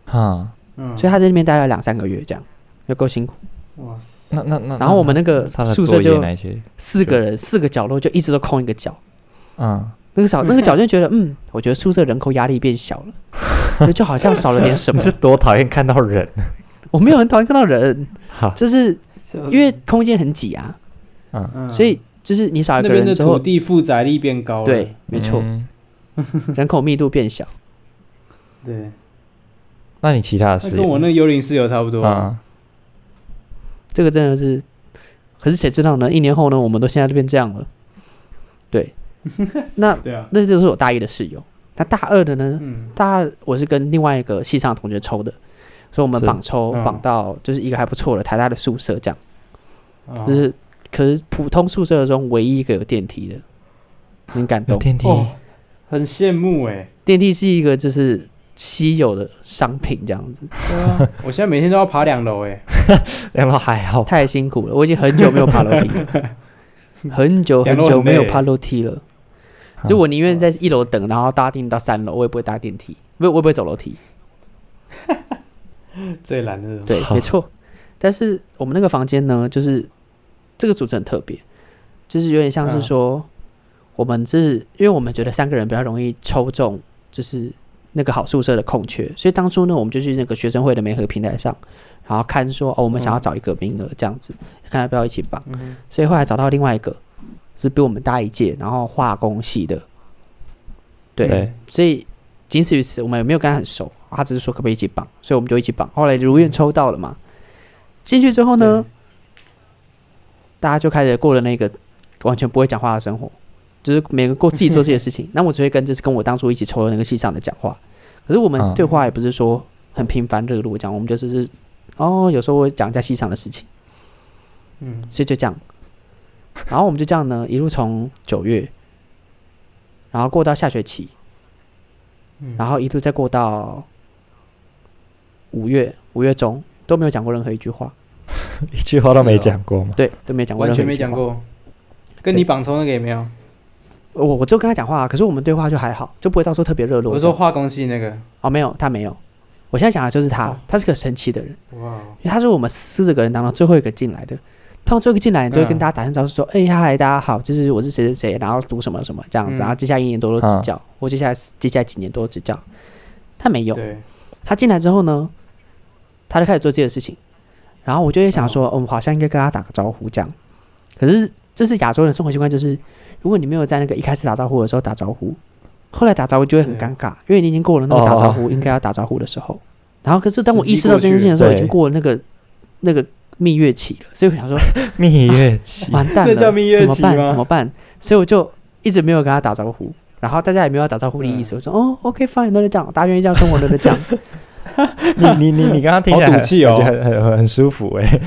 S1: 哈，
S2: 嗯，
S3: 所以他在那边待了两三个月这样，就够辛苦。
S2: 哇塞，
S1: 那那那，
S3: 然后我们那个
S1: 嗯他的
S3: 宿
S1: 作
S3: 舍
S1: 业
S3: 就
S1: 那些，
S3: 四个人，四个角落就一直都空一个角。
S1: 嗯，
S3: 那个小那个角就觉得，嗯，我觉得宿舍人口压力变小 了，就就好像少了点什
S1: 你
S3: 么。
S1: 是多讨厌看到人？
S3: 我没有很讨厌看到人，
S1: 好，
S3: 就是
S2: 因
S3: 因为空间很挤啊，所以就是你少一
S2: 嗯那
S3: 个
S2: 边
S3: 人
S2: 的
S3: 之
S2: 土
S3: 后，
S2: 地负载力变高了，
S3: 对，没错，
S1: 嗯
S3: 人口密度变小。
S2: 对，
S1: 那你其他的
S2: 那
S1: 事
S2: 跟我那幽灵室友差不多啊，
S1: 啊，
S3: 这个真的是，可是谁知道呢？一年后呢，我们都现在就变这样了。 对，那
S2: 对啊，
S3: 那就是我大一的室友。那大二的呢？
S2: 嗯，
S3: 大二我是跟另外一个系上的同学抽的，所以我们
S1: 是
S3: 绑抽
S2: 嗯
S3: 绑到就是一个还不错的台大的宿舍这样。
S2: 哦
S3: 就是可是普通宿舍中唯一一个有电梯的，很感
S1: 有
S3: 动。
S1: 电梯，
S2: 哦很羡慕哎、
S3: 电梯是一个就是稀有的商品，这样子
S2: 对 啊，我现在每天都要爬两楼哎，
S1: 两楼还好，
S3: 太辛苦了。我已经很久没有爬楼梯了，很 久很久没有爬楼梯了。就我宁愿在一楼等，然后搭电梯到三楼，我也不会搭电梯，不，我也不会走楼梯。
S2: 最懒的那种。
S3: 对，没错。但是我们那个房间呢，就是这个组织很特别，就是有点像是
S2: 嗯
S3: 说，我们是因为我们觉得三个人比较容易抽中，就是那个好宿舍的空缺，所以当初呢，我们就去那个学生会的媒合平台上，然后看说哦，我们想要找一个名额这样子，看要不要一起绑。
S2: 嗯哼
S3: 所以后来找到另外一个，是比我们大一届，然后化工系的，对，
S1: 对
S3: 所以仅此于此，我们也没有跟他很熟，他只是说可不可以一起绑，所以我们就一起绑。后来如愿抽到了嘛，进去之后呢，大家就开始过了那个完全不会讲话的生活，就是每个过自己做自己的事情。那我只会跟就是跟我当初一起抽的那个系上的讲话，可是我们
S1: 嗯
S3: 对话也不是说很频繁热络讲，我们就是是哦，有时候我会讲一下系上的事情。
S2: 嗯，
S3: 所以就这样，然后我们就这样呢，一路从九月，然后过到下学期，
S2: 嗯
S3: 然后一路再过到五月，五月中都没有讲过任何一句话，
S1: 一句话都没
S2: 是哦
S1: 讲过 嘛。
S3: 对，都没有讲过
S2: 完
S3: 任何
S2: 全
S3: 一句
S2: 没讲
S3: 话。
S2: 过，跟你绑抽那个也没有。
S3: 我我就跟他讲话、啊可是我们对话就还好，就不会到时候特别热络。
S2: 我说化工系那个，
S3: 哦，没有，他没有。我现在讲的就是
S2: 哦
S3: 他，他是个神奇的人，
S2: 哇，
S3: 因为他是我们四十个人当中最后一个进来的。通常最后一个进来，你都会跟
S2: 嗯
S3: 大家打声招呼，说：“哎、嗨，大家好，就是我是谁谁谁，然后读什么什么这样子，
S2: 嗯
S3: 然后接下来一年多多指教，或接下来接下来几年多多指教。”他没有，
S2: 对，
S3: 他进来之后呢，他就开始做自己的事情，然后我就会
S2: 哦
S3: 想说，嗯，我好像应该跟他打个招呼这样。可是这是亚洲人生活习惯，就是如果你没有在那个一开始打招呼的时候打招呼，后来打招呼就会很尴尬，因为你已经过了那个打招
S2: 哦
S3: 呼应该要打招呼的时候。然后可是当我意识到这件事情的时候，
S1: 时
S3: 已
S1: 机过去了
S3: 经过了那个那个蜜月期了，所以我想 说，
S1: 蜜月期，
S3: 完蛋了，
S2: 那叫蜜月
S3: 怎么
S2: 期
S3: 办？
S2: 吗
S3: 怎么办？所以我就一直没有跟他打招呼，然后大家也没有打招呼的意
S2: 嗯
S3: 思。我说，哦，OK fine，那就这样，大家愿意这样生活，那就这样。
S1: 你你你你刚刚听起来
S2: 好赌
S1: 很
S2: 气哦
S1: 我觉得很很很舒服哎、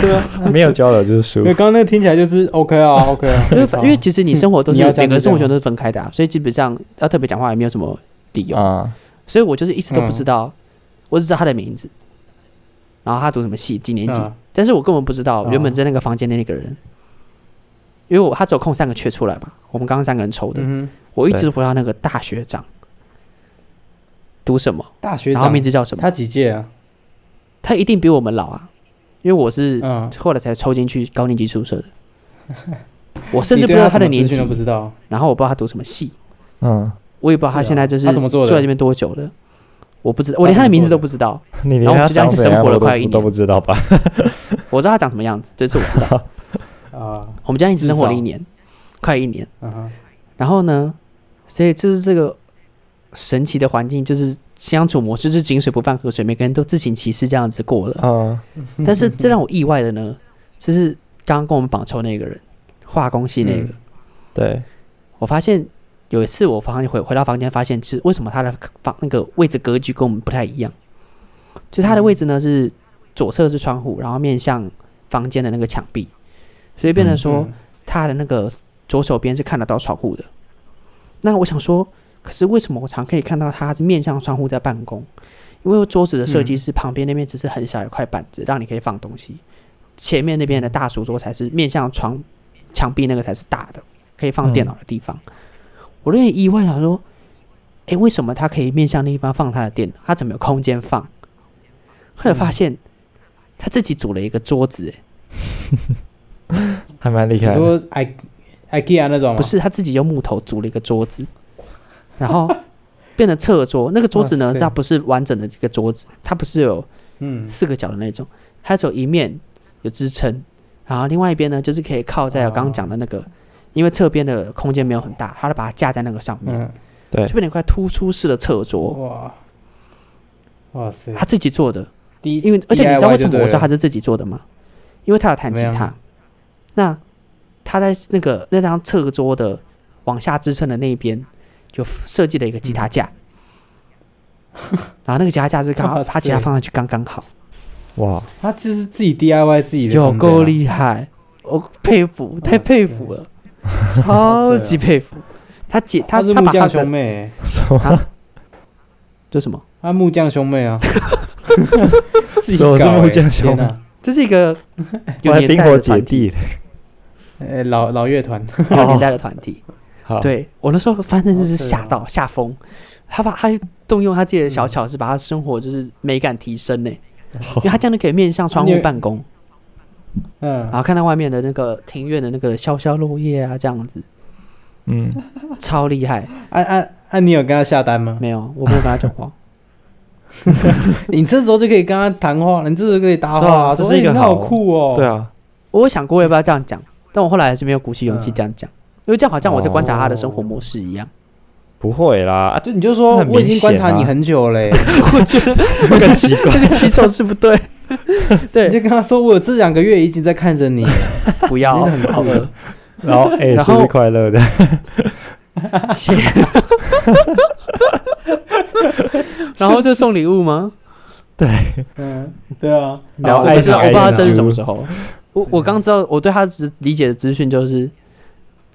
S2: 对啊，
S1: 没有交流就是舒
S2: 因为
S1: 服。
S2: 刚刚那个听起来就是 OK 啊，OK 啊，
S3: 因为
S2: 没
S3: 反
S2: 错
S3: 因为其实你生活都是
S2: 你要这
S3: 每
S2: 样
S3: 个
S2: 就
S3: 人
S2: 这
S3: 生
S2: 样
S3: 活圈都是分开的、啊，所以基本上要特别讲话也没有什么理由。
S1: 啊，
S3: 所以我就是一直都不
S2: 嗯
S3: 知道，我只知道他的名字，然后他读什么系，几年级，
S2: 嗯
S3: 但是我根本不知道
S2: 哦
S3: 原本在那个房间的那个人，因为我他只有空三个缺出来嘛，我们刚刚三个人抽的，
S2: 嗯
S3: 我一直回到那个大学长读什么
S2: 哼，，大学
S3: 然后
S2: 长
S3: 名，字叫什么，
S2: 他几届啊？
S3: 他一定比我们老啊，因为我是
S2: 嗯，
S3: 后来才抽进去高年级宿舍的， 我甚
S2: 你
S3: 至不
S2: 对
S3: 知道
S2: 他
S3: 他
S2: 什么
S3: 的年
S2: 资
S3: 纪
S2: 讯都，不知道，
S3: 然后我不知道他读什么系。
S1: 嗯，
S3: 我也不知道他
S2: 是啊
S3: 现在就是
S2: 他怎么做的
S3: 住在这边多久了，我不知道，我连他的名字都不知道。
S1: 你连
S3: 然后
S1: 他
S3: 就这样
S1: 长
S3: 子
S1: 什么
S3: 生
S1: 样
S3: 活了
S1: 我都
S3: 快一
S1: 我都
S3: 年
S1: 不知道吧？
S3: 我知道他长什么样子，这是我 知道。
S2: 啊，
S3: 我们这样一直生活了
S2: 至少
S3: 一年，快一年。
S2: 嗯哼，
S3: 然后呢，所以就是这个神奇的环境，就是相处模式就是井水不犯河水，每个人都自行其事这样子过了。
S1: 嗯，
S3: 但是最让我意外的呢，就是刚刚跟我们绑抽那个人，化工系那个，
S2: 嗯
S1: 对，
S3: 我发现有一次我房回回到房间，发现就是为什么他的房那个位置格局跟我们不太一样，就他的位置呢是左侧是窗户，然后面向房间的那个墙壁，所以变成说
S2: 嗯
S3: 他的那个左手边是看得到窗户的。那我想说，可是为什么我常可以看到他是面向窗户在办公？因为桌子的设计是旁边那边只是很小一块板子，让你可以放东西，前面那边的大书桌才是面向床墙壁那个才是大的，可以放电脑的地方。我有点意外，想说，诶，为什么他可以面向那地方放他的电脑？他怎么有空间放？后来发现他自己组了一个桌子、诶
S1: 还蛮厉
S2: 你
S1: 害的。
S2: 说 i IKEA 那种吗啊
S3: 不？是，他自己用木头组了一个桌子，然后变成侧桌。那个桌子呢，
S2: 哇塞
S3: 它不是完整的一个桌子，它不是有
S2: 嗯，
S3: 四个角的那种，它只有一面有支撑，然后另外一边呢，就是可以靠在我
S2: 哦
S3: 刚刚讲的那个，因为侧边的空间没有很大，它就把它架在那个上面，
S2: 嗯，
S1: 对
S3: 就变成一块突出式的侧桌。
S2: 哇，哇塞，
S3: 他自己做的，
S2: 第一
S3: 因为而且你知道
S2: DIY
S3: 为什
S2: 就
S3: 么
S2: 对
S3: 我知道
S2: 了
S3: 他是自己做的吗？因为他有弹吉
S2: 怎么
S3: 他
S2: 样。
S3: 那他在那个那张侧桌的往下支撑的那一边，就设计了一个吉他架， 然后那个吉他架是刚好
S2: 嗯哇塞
S3: 他吉他放上去刚刚好，
S1: 哇，
S2: 他就是自己 DIY 自己的
S3: 有
S2: 空间啊
S3: 够厉害，我佩服，太佩服了，超级佩服。他姐他
S2: 他是
S3: 他
S2: 木
S3: 把他
S2: 匠兄
S3: 的
S2: 妹欸、
S1: 什 么？
S3: 这什么？
S2: 他木匠兄妹啊，自己
S1: 所以
S2: 搞、
S1: 我是
S2: 欸，
S1: 木匠兄
S2: 天
S1: 妹
S2: 哪
S3: 这是 一个有
S1: 我还
S3: 年
S1: 冰
S3: 代
S1: 火
S3: 的
S1: 姐
S3: 团体，
S1: 弟嘞。
S2: 哎，老老乐团，
S3: 有年代
S2: 哦
S3: 的团体。
S1: 好，
S3: 对我那时候反正就
S2: 好
S3: 是
S2: 扯哦
S3: 吓到吓疯，他把他动用他自己的小巧思，把他生活就是美感提 升呢，因为他这样就可以面向窗
S2: 你
S3: 户办公，然
S2: 嗯，
S3: 后看到外面的那个庭院的那个潇潇落叶啊，这样子
S1: 嗯，
S3: 超厉害。
S2: 啊啊啊！你有跟他下单吗？
S3: 没有，我没有跟他讲话。
S2: 你这时候就可以跟他谈话了，你这时候就可以搭话
S1: 对啊
S2: 说
S1: 这是一个
S2: 哎你
S1: 好
S2: 好酷哦。
S1: 对啊，
S3: 我有想过要不要这样讲，但我后来还是没有鼓起勇气这样讲，因为这样好像我在观察他的生活模式一样。
S1: 不会啦，啊，
S2: 就你就说
S1: 这很
S2: 我已
S1: 明
S2: 经
S1: 显
S2: 观察
S1: 啊
S2: 你很久欸嘞、
S3: 我觉 得
S1: 这个奇怪
S3: 这个起手是不 对，
S2: 你就
S3: 对，
S2: 跟他说我这两个月已经在看着你，
S3: 不要
S2: 真的很，
S3: 好恶
S1: 然后哎，
S3: 然
S1: 生日
S3: 后
S1: 快乐的，
S3: 心。然后就送礼物吗？
S1: 对，
S2: 嗯，对啊，
S1: 然后
S3: 哦我不知道，我
S1: 爱
S3: 不知道
S1: 情
S3: 他生日什么
S1: ING
S3: 时候。我我刚知道，我对他只理解的资讯就是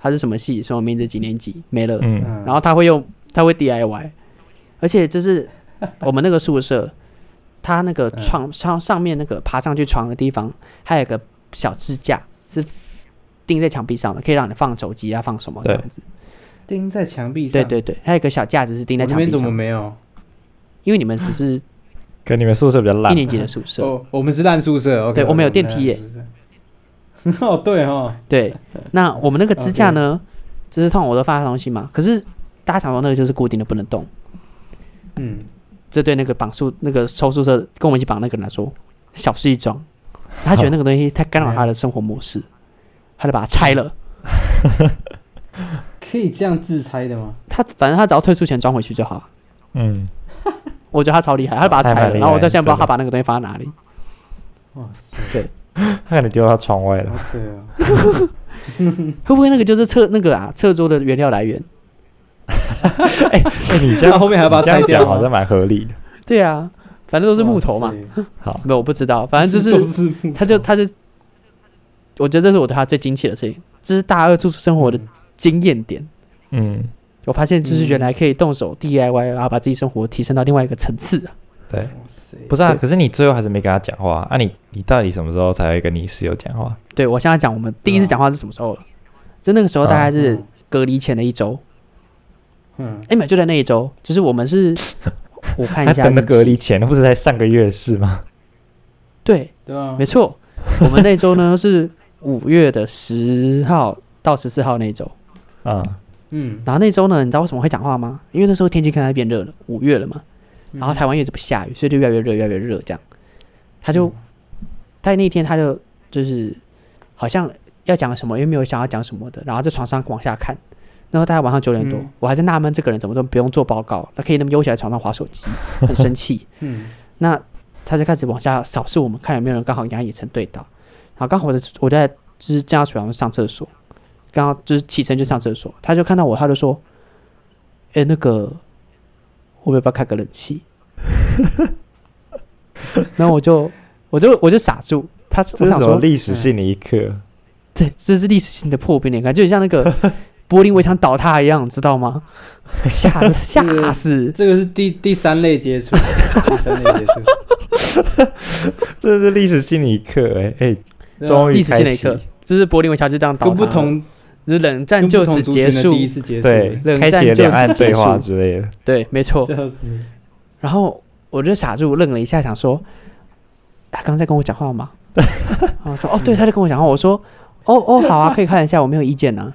S3: 他是什么系，什么名字，几年级，没了。
S1: 嗯，
S2: 嗯，
S3: 然后他会用，他会 DIY，而且这是我们那个宿舍，他那
S2: 嗯
S3: 个床上上面那个爬上去床的地方，还有个小支架是钉在墙壁上的，可以让你放手机啊，放什么这
S1: 对
S3: 样子。
S2: 钉在墙壁上，
S3: 对对对，还有一个小架子是钉在
S2: 我这
S3: 墙
S2: 边
S3: 壁
S2: 怎么
S3: 上。
S2: 没有？
S3: 因为你们只是
S1: 跟你们宿舍比较烂
S3: 一，年级的宿舍，
S2: 哦，我们是烂宿舍，OK，
S3: 对我们有电梯耶
S2: 耶。 哦，对哦，
S3: 对。那我们那个支架呢，就是通常我都放在东西嘛，可是大家想说那个就是固定的，不能动。
S2: 嗯，
S3: 这对那个绑宿那个收宿舍跟我们一起绑那个人来说，小事一桩。他觉得那个东西太干扰他的生活模式，他就把它拆了。
S2: 可以这样自拆的吗？
S3: 他反正他只要退出前装回去就好。
S1: 嗯，
S3: 我觉得他超厉害，他就把它
S1: 太
S3: 拆
S1: 蛮
S3: 了。
S1: 厉
S3: 然后我到
S1: 害
S3: 现在不知道
S1: 真的
S3: 他把那个东西放在哪里。
S2: 哇塞，
S1: 他可能丢到窗外了
S2: 好。扯哦！
S3: 会不会那个就是厕那个啊厕桌的原料来源？
S1: 哎，你这 样
S2: 后面还要把它
S1: 你这样
S2: 拆掉
S1: 讲
S2: 吗
S1: 好像蛮合理的。
S3: 对啊，反正都
S2: 都
S3: 是木头
S2: 哦
S3: 嘛。，
S1: 好，
S3: 没有我不知道，反正就
S2: 都
S3: 是
S2: 是木
S3: 他就他就，我觉得这是我对他最惊奇的事情，这是大二住宿生活的经验点。
S1: 嗯，
S3: 我发现就是原来可以动手 DIY，然后把自己生活提升到另外一个层次啊。
S1: 对，
S2: 嗯哇塞，
S1: 不是啊，
S3: 对
S1: 可是你最后还是没跟他讲话啊你？你到底什么时候才会跟你室友讲话？
S3: 对我现在讲我们第一次
S1: 嗯
S3: 讲话是什么时候了？就那个时候大概
S1: 哦
S3: 是隔离前的一周，
S2: 嗯，
S3: 哎、没有，就在那一周，就是我 们是，我看一
S1: 还
S3: 下，
S1: 等到隔离，前，那不是才上个月的事吗？
S3: 对，
S2: 对啊，
S3: 没错，我们那周呢是五月的十号到十四号那一周，
S1: 啊、
S2: 嗯，
S3: 然后那周呢，你知道为什么会讲话吗？因为那时候天气开始变热了，五月了嘛，
S2: 嗯
S3: 然后台湾一直不下雨，所以就越来越热，越来越热这样。他就，他那天他就就是好像要讲什么，又没有想要讲什么的，然后在床上往下看，然后大概晚上九点多，
S2: 嗯
S3: 我还在纳闷这个人怎么都不用做报告，他可以那么悠闲在床上划手机，很生气。
S2: 嗯，
S3: 那他就开始往下扫视我们，看有没有人刚好跟他眼神对到。然后刚好我在我在就是正要起床上厕所，刚好就是起身就上厕所，他就看到我，他就说：“哎、那个，我要不要开个冷气？” 然后我就我就我就傻住，他
S1: 这
S3: 我
S1: 是
S3: 想
S1: 什么
S3: 说，
S1: 历史性的一刻？
S3: 这这是历史性的破冰连杆，就很像那个 柏林围墙倒塌一样，知道吗？吓 吓死！
S2: 这个是第第三类接触， 第三类接触，
S1: 这是历史性的一刻、哎哎，
S2: 对啊
S1: 终于
S3: 历史性
S1: 开
S3: 的一
S1: 启，
S3: 刻，就是柏林围墙就这样倒塌
S2: 跟
S3: 了，
S2: 不同
S3: 就是冷
S2: 跟
S3: 战
S2: 不
S3: 就
S2: 同
S3: 此
S2: 族
S3: 结
S2: 群的
S3: 束，
S2: 第一次接触，
S1: 对，
S3: 冷
S1: 开
S3: 战
S1: 启了
S3: 就
S1: 两岸
S3: 此
S1: 对
S3: 结
S1: 话
S3: 束
S1: 之类的。
S3: 对，没错。
S2: 笑死，
S3: 然后我就傻住，愣了一下，想说，他刚才跟我讲话吗？ 然后我
S1: 嗯
S3: 说，哦，对，他在跟我讲话。我说，哦哦，好啊，可以看一下，我没有意见啊。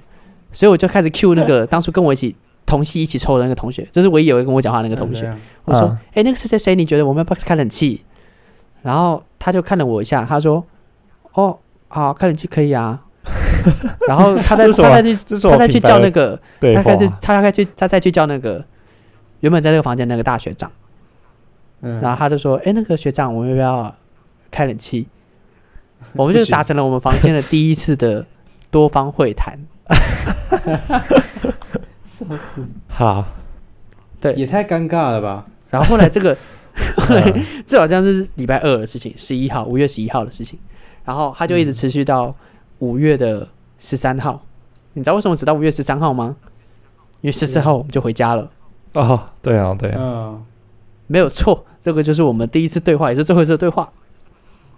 S3: 所以我就开始 Q 那 个当初跟我一起同系一起抽的那个同学，这是唯一有一个跟我讲话的那个同学。
S2: 嗯，
S3: 我说
S1: 嗯：“
S3: 哎、那个谁谁谁，你觉得我们要不要开冷气？”然后他就看了我一下，他说：“哦，好、开冷气可以啊。”然后他 再
S1: 这是什么
S3: 他再去
S1: 这是什么
S3: 他再去
S1: 平白
S3: 叫
S1: 的
S3: 那个，
S1: 对
S3: 他
S1: 话
S3: 再去他大概去他再去叫那个原本在那个房间那个大学长，
S2: 嗯
S3: 然后他就说：“哎、那个学长，我们要不要开冷气？”我们就
S2: 不行
S3: 达成了我们房间的第一次的多方会谈。
S1: 好，
S3: 对，
S2: 也太尴尬了吧？
S3: 然后后来这个 后来
S1: 嗯
S3: 这好像是礼拜二的事情，十一号，五月十一号的事情。然后他就一直持续到五月的十三号。你知道为什么只到五月十三号吗？因为十四号我们就回家了，
S1: 哦，对啊，对啊，
S2: 嗯，
S3: 没有错，这个就是我们第一次对话，也是最后一次对话。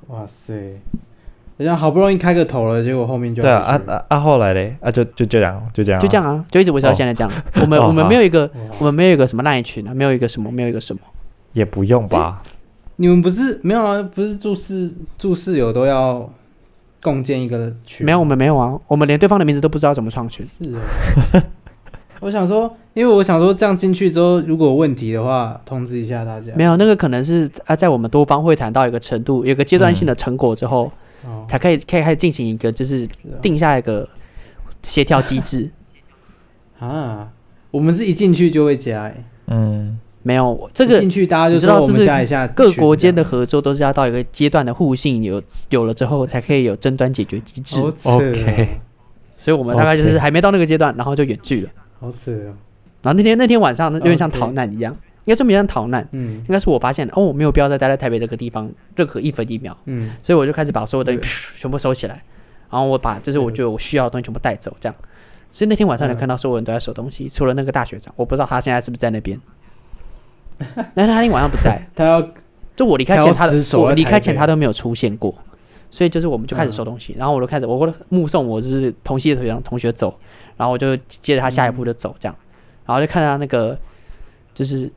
S2: 哇塞，人家好不容易开个头了，结果后面就
S1: 对啊，
S2: 要
S1: 啊
S2: 回去
S1: 啊啊！后来嘞，啊，就就这样，就这样，
S3: 就这样，啊，就一直维持到现在这样。我们
S1: 哦
S3: 我们
S1: 好
S3: 没有一个
S2: 哇
S3: 我们没有一个什么赖群啊，没有一个什么没有一个什么，
S1: 也不用吧？
S2: 你们不是没有啊？不是住室住室友都要共建一个群？
S3: 没有我们没有啊，我们连对方的名字都不知道怎么创群。
S2: 是哦。 我想说，因为我想说，这样进去之后，如果有问题的话，通知一下大家。
S3: 没有那个可能是啊，在我们多方会谈到一个程度，有个阶段性的成果之后，
S2: 嗯哦，
S3: 才可以可以开始进行一个就是
S2: 啊
S3: 定下一个协调机制。
S2: 啊，我们是一进去就会加、欸，
S1: 嗯，
S3: 没有这个
S2: 一进去大家就
S3: 你知道
S2: 说我
S3: 这
S2: 们
S3: 是
S2: 加一下
S3: 各
S2: 群
S3: 国间
S2: 这
S3: 的
S2: 样
S3: 合作都是要到一个阶段的互信有有了之后，才可以有争端解决机制。
S2: 好扯、
S1: 啊
S2: 哦
S1: OK
S3: 所以我们大概就是
S1: OK
S3: 还没到那个阶段，然后就远距了。
S2: 好扯哦，
S3: 然后那天那天晚上呢，有点像
S2: OK
S3: 逃难一样应该说没像逃难，
S2: 嗯
S3: 应该是我发现哦，我没有必要再待在台北这个地方任何一分一秒，
S2: 嗯，
S3: 所以我就开始把所有东西全部收起来，然后我把就是我觉得我需要的东西全部带走，这样。所以那天晚上你
S2: 嗯
S3: 看到所有人都在收东西，除了那个大学长，我不知道他现在是不是在那边。但是他那天晚上不 在，
S2: 他要
S3: 就我离开
S2: 他
S3: 前
S2: 要
S3: 他
S2: 死
S3: 的
S2: 守
S3: 我
S2: 在
S3: 离
S2: 台
S3: 开前
S2: 北
S3: 他都没有出现过，所以就是我们就开始
S2: 嗯
S3: 收东西，然后我就开始我我目送我就是同系的同学同学走，然后我就接着他下一步就走这样，然后就看到那个就是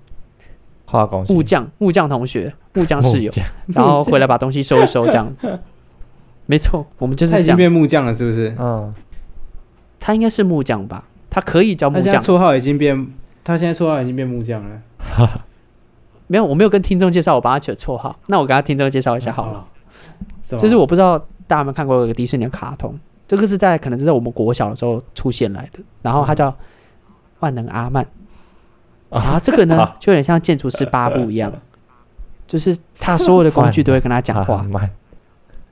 S1: 化工系
S3: 木匠木匠同学木匠
S1: 木
S3: 室友，
S1: 匠
S3: 然后回来把东西收一收这样 子，没错，我们就是
S2: 他已
S3: 这
S2: 经
S3: 样，
S2: 变木匠了，是不是？
S1: 嗯，
S3: 他应该是木匠吧，他可以叫
S2: 他
S3: 木
S2: 现在
S3: 匠，
S2: 绰号已经变，他现在绰号已经变木匠了。
S3: 没有我没有跟听众介绍我帮他取的绰号，那我给他听众介绍一下好了。
S2: 了，哦是吗
S3: 就是我不知道大家有没有看过有个迪士尼的卡通，这个是在可能是在我们国小的时候出现来的，然后它叫万能阿曼，然后这个 呢就有点像建筑师巴布一 样，就是他所有的工具都会跟他讲
S1: 啊
S3: 话
S1: 很，慢，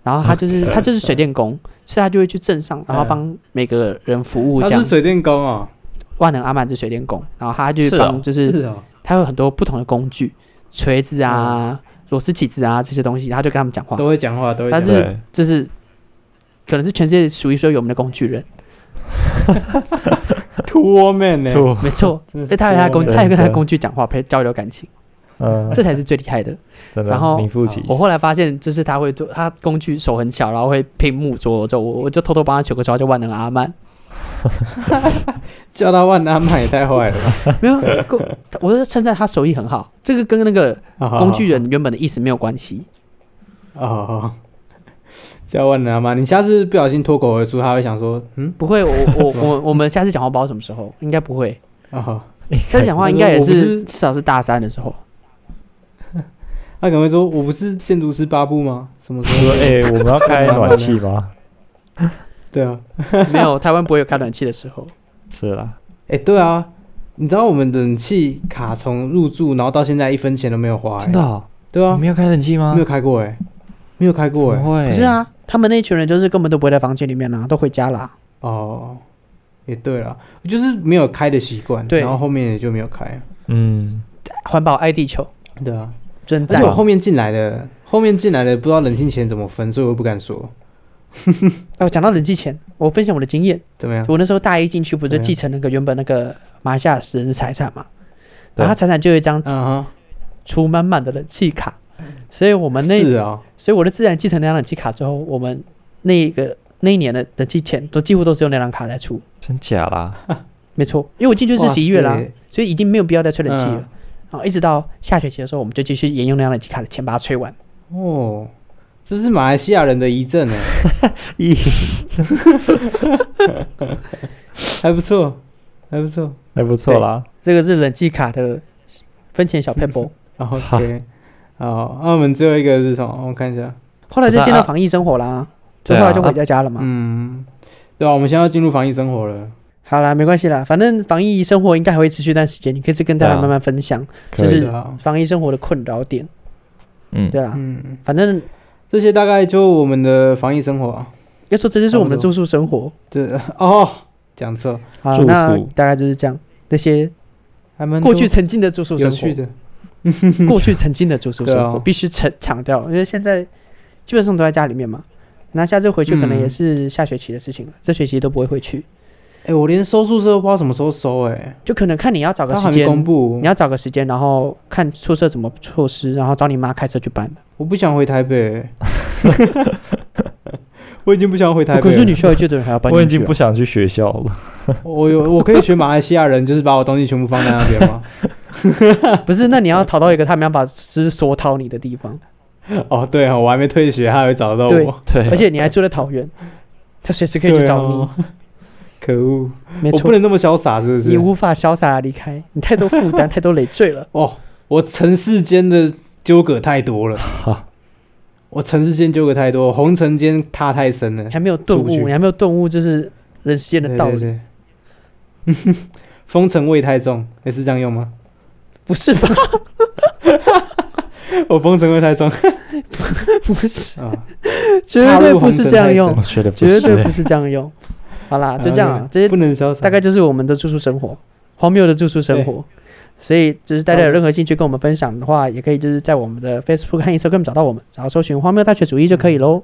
S3: 然后他就是他就是水电工，所以他就会去镇上，然后帮每个人服务这
S2: 他
S3: 样
S2: 是水
S3: 子。
S2: 电工哦，
S3: 万能阿曼是水电工，然后他就是
S1: 哦
S3: 帮就是
S2: 是哦，
S3: 他有很多不同的工具，锤子啊、螺丝起子啊这些东西，他就跟他们讲话。
S2: 都会讲话，都会
S3: 他
S2: 讲
S3: 是
S2: 话。
S1: 对，
S3: 就是可能是全世界数一数二有名的工具人，
S2: Tour Man 呢、
S1: 吐，
S3: 没错。
S2: 真的
S3: 哎，
S2: 是
S3: 他也跟他
S2: Tour
S3: 工，
S2: Man
S3: 他也跟他工具讲话，陪交流感情，
S1: 嗯，
S3: 这才是最厉害的。
S1: 真的，
S3: 然后
S1: 名副其实
S3: 我，后来发现，就是他会做，他工具手很巧，然后会拼木桌，就我我就偷偷帮他取个绰号叫万能阿曼。
S2: 叫他万阿曼也太坏了 吧？
S3: 没有，工我就称赞他手艺很好，这个跟那个
S2: 啊
S3: 工具人原本的意思没有关系。
S2: 哦，好好好叫万阿曼，你下次不小心脱口而出，他会想说，嗯，
S3: 不会，我我我我们下次讲话不知道什么时候，应该不会。
S2: 哦，
S3: 下次讲话应该也
S2: 我不
S3: 是
S2: 是
S3: 至少是大三的时候。
S2: 他可能会说，我不是建筑师巴布吗？什么时
S1: 说
S2: 候？
S1: 哎，我们要开暖气吗？
S2: 对啊，
S3: 没有，台湾不会有开暖气的时候。
S1: 是啦，
S2: 哎、对啊，你知道我们冷气卡从入住，然后到现在一分钱都没有花、哎
S1: 真的哦，
S2: 对啊
S1: 你，没有开冷气吗？
S2: 没有开过哎、没有开过哎、
S1: 怎么会，
S3: 不是，啊，他们那一群人就是根本都不会在房间里面啦、都回家啦、
S2: 哦，也对了，就是没有开的习惯，
S3: 对
S2: 然后后面也就没有开。
S1: 嗯，
S3: 环保爱地球，
S2: 对啊，
S3: 真
S2: 而
S3: 在
S2: 且。我后面进来的，后面进来的不知道冷静钱怎么分，所以我不敢说。
S3: 哦，讲到冷气前，我分享我的经验。
S2: 怎么样？
S3: 我那时候大一进去，不是
S2: 对啊
S3: 继承那个原本那个马来西亚人的财产嘛？
S1: 对
S3: 然后他财产就有一张
S2: 嗯哼，
S3: 储满满的冷气卡，所以我们那，
S2: 是啊、
S3: 所以我就自然继承那张冷气卡之后，我们那个那一年的冷气钱都几乎都是用那张卡在出，
S1: 真假啦，
S3: 没错，因为我进去是
S2: 哇
S3: 十一月啦
S2: 塞，
S3: 所以已经没有必要再吹冷气了。
S2: 嗯
S3: 然后一直到下学期的时候，我们就继续沿用那张冷气卡的钱把它吹完。
S2: 哦，哦，这是马来西亚人的遗症 哎， 还不错，还不错。
S1: 还不错啦，
S3: 这个是冷气卡的分钱小 paper。
S1: 嗯
S2: OK，好，那我们最后一个是什么？我看一下，
S3: 后来就进
S1: 不是
S3: 到
S1: 啊
S3: 防疫生活啦，就
S1: 对啊
S3: 后来就回家家了嘛。
S2: 嗯，对啊，我们现在要进入防疫生活了。
S3: 好啦，没关系啦，反正防疫生活应该还会持续一段时间，你可以再跟大家
S1: 对啊
S3: 慢慢分享
S1: 可以
S3: 就是
S2: 对啊，
S3: 防疫生活的困扰点，
S1: 嗯，
S3: 对啦。
S2: 嗯，
S3: 反正
S2: 这些大概就我们的防疫生活啊。
S3: 要说这就是我们的
S1: 嗯
S2: 差不
S3: 住宿生活。
S2: 对， 哦，讲错，
S3: 好啦
S1: 住，宿嗯
S3: 那大概就是这样。那些
S2: 还蛮多
S3: 过去曾经的住宿
S2: 有
S3: 生
S2: 趣
S3: 活，
S2: 的。
S3: 过去曾经的住宿生活
S2: 嗯对啊
S3: 必须强强调，因为现在基本上都在家里面嘛。那下次回去可能
S2: 嗯
S3: 也是下学期的事情了，这学期都不会回去。
S2: 哎、我连收宿舍都不知道什么时候收、哎，
S3: 就可能看你要找个
S2: 他
S3: 时
S2: 还没
S3: 间，
S2: 公布
S3: 你。要找个时间，然后看宿舍怎么措施，然后找你妈开车去搬。
S2: 我不想回台北、哎 我已经不想回台北
S3: 哦可
S2: 了。
S3: 是你需要一届的人还 要搬进去、啊
S1: 我已经不，想去学校了。
S2: 我有我可以学马来西亚人，就是把我东西全部放在那边 吗？
S3: 不是，那你要逃到一个他们要把尸索讨你的 地方，
S2: 哦，对哦，我还没退学，他还会找到
S3: 对
S2: 我，
S1: 对，啊
S3: 而且你还住在桃园，他随时可以去找你。
S2: 对啊可恶！
S3: 没
S2: 我不
S3: 错，
S2: 能那么潇洒，是不
S3: 你
S2: 是？
S3: 无法潇洒地离开，你太多负 担，太多累赘了。
S2: 哦，我城市间的纠葛太多了，我城市间纠葛太多，红尘间踏太深了
S3: 你。还没有顿
S2: 出不去
S3: 悟，你还没有顿悟，就是人世间的道理，
S2: 对对对 风尘味太重，也是这样用吗？
S3: 不是吧？
S2: 我风尘味太重
S3: 不是，
S2: 啊！
S3: 绝对不是这样用
S1: 我，学的不
S3: 绝对
S1: 是
S3: 不。是这样用。好啦，就这样啊，这些
S2: 不能潇洒。
S1: 嗯
S3: 大概就是我们的住宿生活，荒谬的住宿生活。所以就是大家有任何兴趣跟我们分享的话，也可以就是在我们的 Facebook 和 Instagram 找到我们，只要搜寻“荒谬大学主义”就可以喽。
S1: 嗯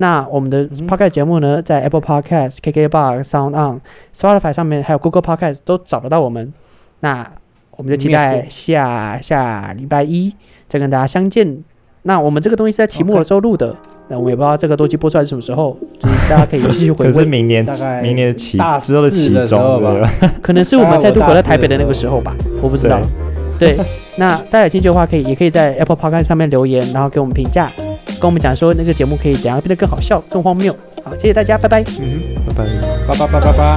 S3: 那我们的
S2: 嗯
S3: Podcast 节目呢，在 Apple Podcast、KKBox、Sound On、Spotify 上面，还有 Google Podcast 都找得到我们。那我们就期
S2: 没
S3: 待
S2: 错
S3: 下下礼拜一再跟大家相见。那我们这个东西是在期末的时候录的，那我们也不知道这个东西播出来是什么时候，就是大家可以继续 回
S1: 可是
S3: 味，
S1: 明年
S2: 大概
S1: 明年的期
S2: 大
S1: 之后的
S2: 四
S1: 期
S2: 的时候
S1: 中
S2: 吧
S1: 对吧？
S3: 可能是我们再度
S2: 大概我大
S3: 回到
S2: 四
S3: 台北
S2: 的
S3: 的
S2: 时
S3: 那个
S2: 候
S3: 时候吧，我不
S1: 不
S3: 知道。对，那大家有兴趣的话，可以也可以在 Apple Podcast 上面留言，然后给我们评价，跟我们讲说那个节目可以怎样变得更好笑、更荒谬。好，谢谢大家，拜拜。
S2: 嗯哼，
S1: 拜拜。
S2: 叭叭叭叭叭。